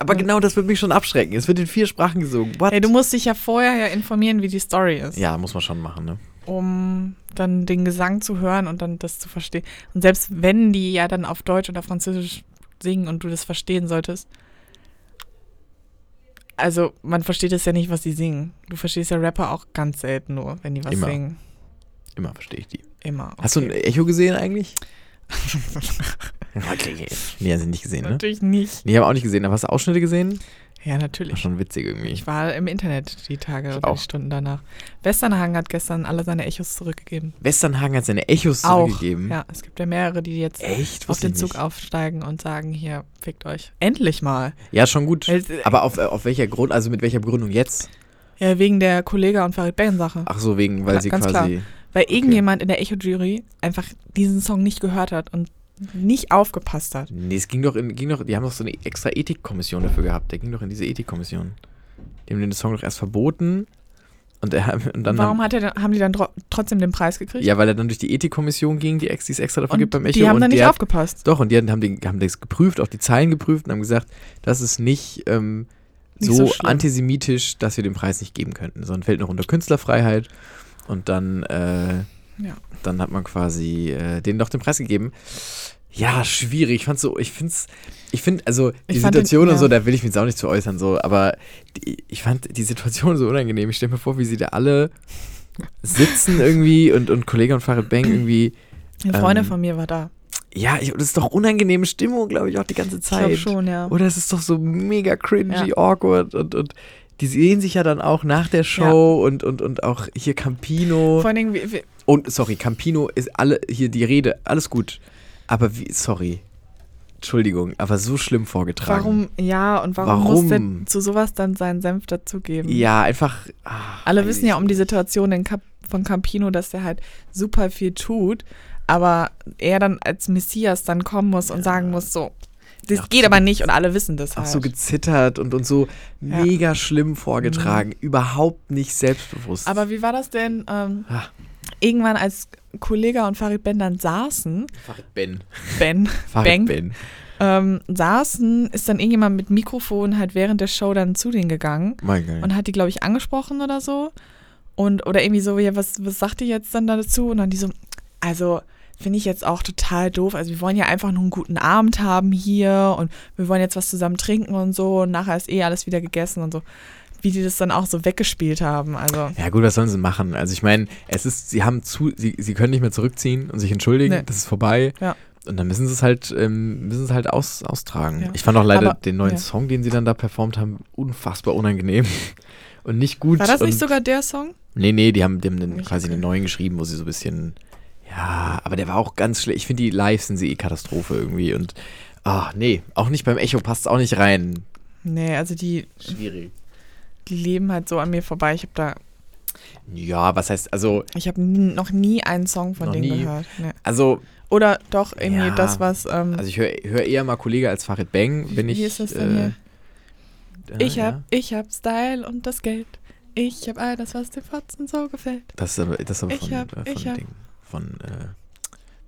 Speaker 1: Aber genau das wird mich schon abschrecken. Es wird in vier Sprachen gesungen. What?
Speaker 2: Hey, du musst dich ja vorher ja informieren, wie die Story ist.
Speaker 1: ja, muss man schon machen, ne?
Speaker 2: um dann den Gesang zu hören und dann das zu verstehen. Und selbst wenn die ja dann auf Deutsch oder Französisch singen und du das verstehen solltest, also man versteht es ja nicht, was sie singen. Du verstehst ja Rapper auch ganz selten nur, wenn die was
Speaker 1: Immer.
Speaker 2: singen.
Speaker 1: Immer verstehe ich die.
Speaker 2: Immer.
Speaker 1: Hast du ein
Speaker 2: okay.
Speaker 1: Echo gesehen
Speaker 2: *laughs*
Speaker 1: eigentlich? Okay. Nee, hast du nicht gesehen, ne?
Speaker 2: Natürlich nicht.
Speaker 1: Nee, haben auch nicht gesehen. Aber hast du Ausschnitte gesehen?
Speaker 2: Ja,
Speaker 1: War
Speaker 2: natürlich.
Speaker 1: schon witzig irgendwie.
Speaker 2: Ich war im Internet die Tage
Speaker 1: Ich
Speaker 2: oder
Speaker 1: auch.
Speaker 2: die Stunden danach. Westernhagen hat gestern alle seine Echos zurückgegeben.
Speaker 1: Westernhagen hat seine Echos zurückgegeben.
Speaker 2: Auch. Ja, es gibt ja mehrere, die jetzt
Speaker 1: Echt?
Speaker 2: auf
Speaker 1: Wusste
Speaker 2: den
Speaker 1: ich
Speaker 2: Zug
Speaker 1: nicht.
Speaker 2: aufsteigen und sagen, hier, fickt euch. Endlich mal.
Speaker 1: Ja, schon gut.
Speaker 2: Es-
Speaker 1: Aber auf, auf welcher Grund, also mit welcher Begründung jetzt?
Speaker 2: Ja, wegen der Kollega und Farid Bang Sache.
Speaker 1: Ach so, wegen, weil
Speaker 2: Ja,
Speaker 1: sie
Speaker 2: ganz
Speaker 1: quasi.
Speaker 2: Weil irgendjemand in der Echo-Jury einfach diesen Song nicht gehört hat und nicht aufgepasst hat.
Speaker 1: Nee, es ging doch in, ging doch, die haben doch so eine extra Ethikkommission dafür gehabt. Der ging doch in diese Ethikkommission. Die haben den Song doch erst verboten und, er, und dann
Speaker 2: Warum
Speaker 1: haben,
Speaker 2: hat er, dann- haben die dann dro- trotzdem den Preis gekriegt?
Speaker 1: ja, weil er dann durch die Ethikkommission ging, die ex, die es extra dafür
Speaker 2: und
Speaker 1: gibt beim Echo
Speaker 2: die haben
Speaker 1: und
Speaker 2: dann nicht
Speaker 1: der,
Speaker 2: aufgepasst.
Speaker 1: doch und die haben, den, haben das geprüft, auch die Zeilen geprüft und haben gesagt, das ist nicht, ähm,
Speaker 2: Nicht
Speaker 1: so,
Speaker 2: so schlimm.
Speaker 1: antisemitisch, dass wir den Preis nicht geben könnten, sondern fällt noch unter Künstlerfreiheit und dann äh,
Speaker 2: Ja.
Speaker 1: dann hat man quasi äh, denen doch den Preis gegeben. Ja, schwierig. Ich fand's so, ich find's, ich finde, also die
Speaker 2: Ich fand den-
Speaker 1: Situation und
Speaker 2: ja.
Speaker 1: so, da will ich mich jetzt auch nicht zu äußern, so, aber die, ich fand die Situation so unangenehm. Ich stell mir vor, wie sie da alle sitzen irgendwie und, und Kollege und Farid Bang irgendwie,
Speaker 2: Eine Freundin
Speaker 1: Ähm,
Speaker 2: von mir war da.
Speaker 1: ja, ich, das ist doch unangenehme Stimmung, glaube ich, auch die ganze
Speaker 2: Ich glaube
Speaker 1: Zeit.
Speaker 2: schon, ja.
Speaker 1: Oder es ist doch so mega cringy,
Speaker 2: Ja.
Speaker 1: awkward und, und die sehen sich ja dann auch nach der Show und, und, und auch hier Campino.
Speaker 2: Vor allen Dingen, wie, wie,
Speaker 1: Und sorry, Campino ist alle hier die Rede, alles gut. Aber wie, sorry. Entschuldigung, aber so schlimm vorgetragen.
Speaker 2: warum, ja, und warum,
Speaker 1: Warum?
Speaker 2: musste zu sowas dann seinen Senf dazugeben?
Speaker 1: Ja, einfach. ah,
Speaker 2: Alle
Speaker 1: weiß
Speaker 2: wissen ja um die Situation in Cap von Campino, dass der halt super viel tut, aber er dann als Messias dann kommen muss und sagen muss, so, das
Speaker 1: Ja, auch
Speaker 2: geht
Speaker 1: so
Speaker 2: aber nicht und alle wissen das
Speaker 1: Auch
Speaker 2: halt.
Speaker 1: so gezittert und, und so
Speaker 2: Ja. Mhm.
Speaker 1: mega schlimm vorgetragen. Überhaupt nicht selbstbewusst.
Speaker 2: aber wie war das denn ähm,
Speaker 1: Ah.
Speaker 2: irgendwann als Kollega und Farid Ben dann saßen,
Speaker 1: Farid Ben.
Speaker 2: Ben,
Speaker 1: *laughs* Farid
Speaker 2: Bang,
Speaker 1: Ben.
Speaker 2: Ähm, saßen, ist dann irgendjemand mit Mikrofon halt während der Show dann zu denen gegangen
Speaker 1: Mein Gott.
Speaker 2: und hat die, glaube ich, angesprochen oder so. Und, oder irgendwie so, ja, was, was sagt ihr jetzt dann dazu? Und dann die so, also finde ich jetzt auch total doof. Also wir wollen ja einfach nur einen guten Abend haben hier und wir wollen jetzt was zusammen trinken und so und nachher ist eh alles wieder gegessen und so. Wie die das dann auch so weggespielt haben. Also
Speaker 1: Ja gut, was sollen sie machen? Also ich meine, es ist, sie haben zu, sie, sie können nicht mehr zurückziehen und sich entschuldigen,
Speaker 2: Nee.
Speaker 1: das ist vorbei.
Speaker 2: Ja.
Speaker 1: Und dann müssen sie es halt, ähm, müssen sie es halt aus, austragen.
Speaker 2: Ja.
Speaker 1: Ich fand auch leider
Speaker 2: Aber-
Speaker 1: den neuen
Speaker 2: ja.
Speaker 1: Song, den sie dann da performt haben, unfassbar unangenehm *laughs* und nicht gut.
Speaker 2: war das
Speaker 1: und,
Speaker 2: nicht sogar der Song?
Speaker 1: Nee, nee, die haben, die haben den,
Speaker 2: Nicht
Speaker 1: quasi
Speaker 2: okay.
Speaker 1: den neuen geschrieben, wo sie so ein bisschen, ja, aber der war auch ganz schlecht. Ich finde die Live sind sie eh Katastrophe irgendwie und Ach, nee, auch nicht beim Echo passt auch nicht rein.
Speaker 2: Nee, also die,
Speaker 1: Schwierig.
Speaker 2: die leben halt so an mir vorbei. Ich habe da,
Speaker 1: Ja, was heißt, also,
Speaker 2: ich habe noch nie einen Song von
Speaker 1: Noch
Speaker 2: denen
Speaker 1: nie.
Speaker 2: gehört. Nee.
Speaker 1: also,
Speaker 2: Oder doch irgendwie
Speaker 1: Ja.
Speaker 2: das, was ähm,
Speaker 1: also ich höre hör eher mal Kollege als Farid Bang, wenn
Speaker 2: Wie
Speaker 1: ich. äh,
Speaker 2: ist das denn hier?
Speaker 1: ja,
Speaker 2: ich hab,
Speaker 1: Ja.
Speaker 2: ich hab Style und das Geld. Ich hab all das, was dem Fotzen so gefällt.
Speaker 1: Das ist aber, das ist aber
Speaker 2: Ich
Speaker 1: von,
Speaker 2: hab-
Speaker 1: äh,
Speaker 2: ich
Speaker 1: von,
Speaker 2: hab-
Speaker 1: Ding, von äh,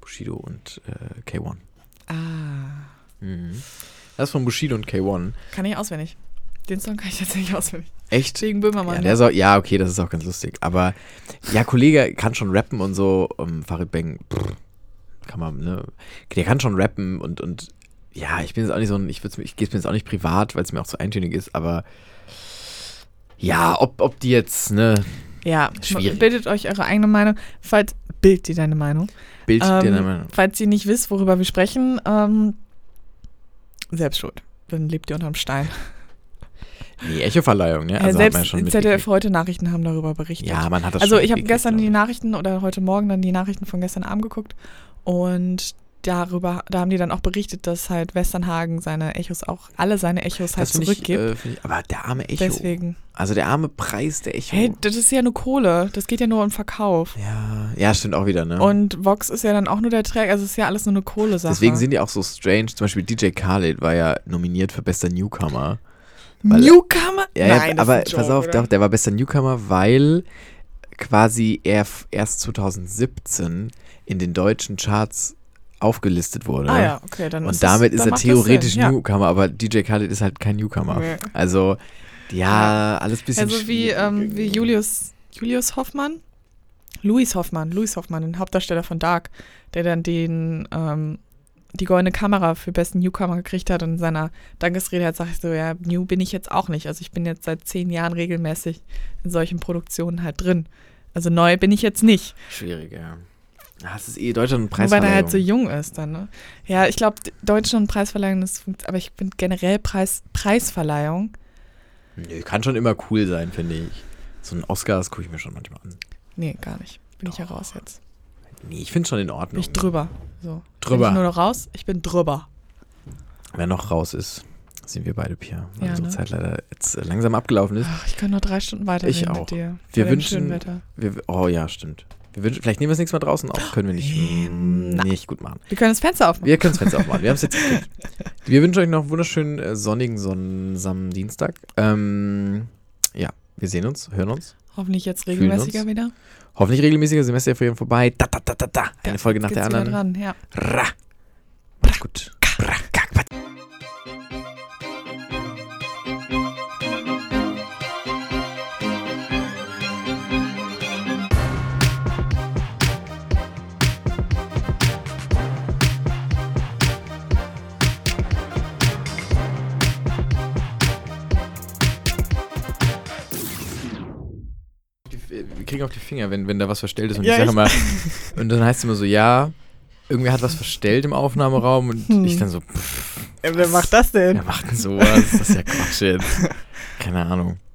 Speaker 1: Bushido und äh, K1.
Speaker 2: Ah.
Speaker 1: Das ist von Bushido und K1.
Speaker 2: Kann ich auswendig. Den Song kann ich jetzt nicht auswendig.
Speaker 1: Echt?
Speaker 2: Wegen
Speaker 1: Ja,
Speaker 2: Böhmermann. ne?
Speaker 1: der soll, ja, okay, das ist auch ganz lustig. Aber ja, Kollege kann schon rappen und so. Um, Farid Bang, pff, kann man, ne? Der kann schon rappen und, und ja, ich bin jetzt auch nicht so ein, ich, würd's mir- ich gebe es mir jetzt auch nicht privat, weil es mir auch zu eintönig ist, aber ja, ob, ob die jetzt, ne,
Speaker 2: ja
Speaker 1: Schwierig.
Speaker 2: bildet euch eure eigene Meinung. Falls, bild dir deine Meinung.
Speaker 1: Bild dir
Speaker 2: Ähm,
Speaker 1: deine Meinung.
Speaker 2: Falls ihr nicht wisst, worüber wir sprechen, ähm, selbst schuld. Dann lebt ihr unterm Stein.
Speaker 1: Nee, Echoverleihung, ne?
Speaker 2: Äh,
Speaker 1: Also hat man ja
Speaker 2: selbst
Speaker 1: schon
Speaker 2: ZDF
Speaker 1: mitgekriegt.
Speaker 2: heute Nachrichten haben darüber berichtet.
Speaker 1: Ja, man hat das
Speaker 2: also
Speaker 1: schon
Speaker 2: ich habe
Speaker 1: mitgekriegt,
Speaker 2: gestern
Speaker 1: glaub
Speaker 2: die
Speaker 1: ich.
Speaker 2: Nachrichten oder heute Morgen dann die Nachrichten von gestern Abend geguckt und darüber, da haben die dann auch berichtet, dass halt Westernhagen seine Echos auch, alle seine Echos halt
Speaker 1: das find ich,
Speaker 2: zurückgibt.
Speaker 1: äh, find ich, aber der arme Echo.
Speaker 2: Deswegen.
Speaker 1: Also der arme Preis der Echo.
Speaker 2: Hey, das ist ja nur Kohle. Das geht ja nur um Verkauf.
Speaker 1: ja, ja, stimmt auch wieder, ne?
Speaker 2: Und Vox ist ja dann auch nur der Träger, also es ist ja alles nur eine Kohle-Sache.
Speaker 1: Deswegen sind die auch so strange. Zum Beispiel DJ Khaled war ja nominiert für bester Newcomer. weil-
Speaker 2: Newcomer?
Speaker 1: Ja,
Speaker 2: Nein,
Speaker 1: ja, aber
Speaker 2: das ist ein Joke,
Speaker 1: pass auf,
Speaker 2: oder?
Speaker 1: der, der war bester Newcomer, weil quasi er f- erst 2017 in den deutschen Charts aufgelistet wurde.
Speaker 2: Ah ja, okay, dann
Speaker 1: Und
Speaker 2: ist das-
Speaker 1: damit ist
Speaker 2: dann
Speaker 1: er
Speaker 2: macht das
Speaker 1: theoretisch
Speaker 2: Sinn, ja.
Speaker 1: Newcomer, aber DJ Khaled ist halt kein Newcomer.
Speaker 2: Nee.
Speaker 1: Also, ja, alles bisschen
Speaker 2: Also wie,
Speaker 1: schwierig
Speaker 2: ähm, wie
Speaker 1: irgendwie.
Speaker 2: Julius, Julius Hoffmann? Louis Hoffmann, Louis Hoffmann, den Hauptdarsteller von Dark, der dann den, ähm, die goldene Kamera für besten Newcomer gekriegt hat und in seiner Dankesrede hat sagt so, ja, New bin ich jetzt auch nicht. Also ich bin jetzt seit zehn Jahren regelmäßig in solchen Produktionen halt drin. Also neu bin ich jetzt nicht.
Speaker 1: Schwierig, ja. Ah, es ist eh Deutschland und
Speaker 2: Nur weil er halt so
Speaker 1: Preisverleihung.
Speaker 2: jung ist dann, ne? Ja, ich glaube, Deutschland Preisverleihung, das funkt, aber ich finde generell Preis, Preisverleihung
Speaker 1: Nö, kann schon immer cool sein, finde ich. So ein Oscar, das gucke ich mir schon manchmal an.
Speaker 2: Nee, gar nicht. Bin ich ja raus jetzt.
Speaker 1: Nee, ich finde schon in
Speaker 2: Bin
Speaker 1: Ordnung.
Speaker 2: ich drüber. So.
Speaker 1: Drüber.
Speaker 2: Bin ich nur noch raus? Ich bin drüber.
Speaker 1: Wer noch raus ist, sind wir beide, Pia. Weil
Speaker 2: Ja,
Speaker 1: unsere
Speaker 2: ne?
Speaker 1: Zeit leider jetzt äh, langsam abgelaufen ist.
Speaker 2: Ach, ich kann noch drei Stunden weiterreden
Speaker 1: Ich auch.
Speaker 2: mit dir.
Speaker 1: Wir
Speaker 2: Bei dem
Speaker 1: wünschen-
Speaker 2: schönen Wetter.
Speaker 1: Wir, oh ja, stimmt. Wir wünschen, vielleicht nehmen wir es nächstes Mal draußen auf. Können wir nicht, mm,
Speaker 2: na.
Speaker 1: nicht gut machen.
Speaker 2: Wir können das Fenster aufmachen.
Speaker 1: Wir können das Fenster aufmachen. Wir haben es jetzt gekriegt. Wir wünschen euch noch einen wunderschönen äh, sonnigen, sonnensamen Dienstag. Ähm, ja, wir sehen uns, hören uns.
Speaker 2: Hoffentlich jetzt
Speaker 1: Fühlen
Speaker 2: regelmäßiger
Speaker 1: uns.
Speaker 2: wieder.
Speaker 1: Hoffentlich regelmäßige Semesterferien vorbei. Da, da, da, da, da. Eine
Speaker 2: Ja,
Speaker 1: Folge nach
Speaker 2: jetzt
Speaker 1: der
Speaker 2: geht's wieder
Speaker 1: anderen.
Speaker 2: Dran. Ja.
Speaker 1: Ra. Macht's gut. Bra, kack, pat. Wir kriegen auf die Finger, wenn, wenn da was verstellt ist. Und
Speaker 2: Ja,
Speaker 1: ich sage
Speaker 2: ich- *laughs*
Speaker 1: mal, und dann heißt es immer so, ja, irgendwer hat was verstellt im Aufnahmeraum und ich dann so, pff,
Speaker 2: Wer macht das denn?
Speaker 1: wer macht denn sowas? Das ist ja Quatsch jetzt. Keine Ahnung.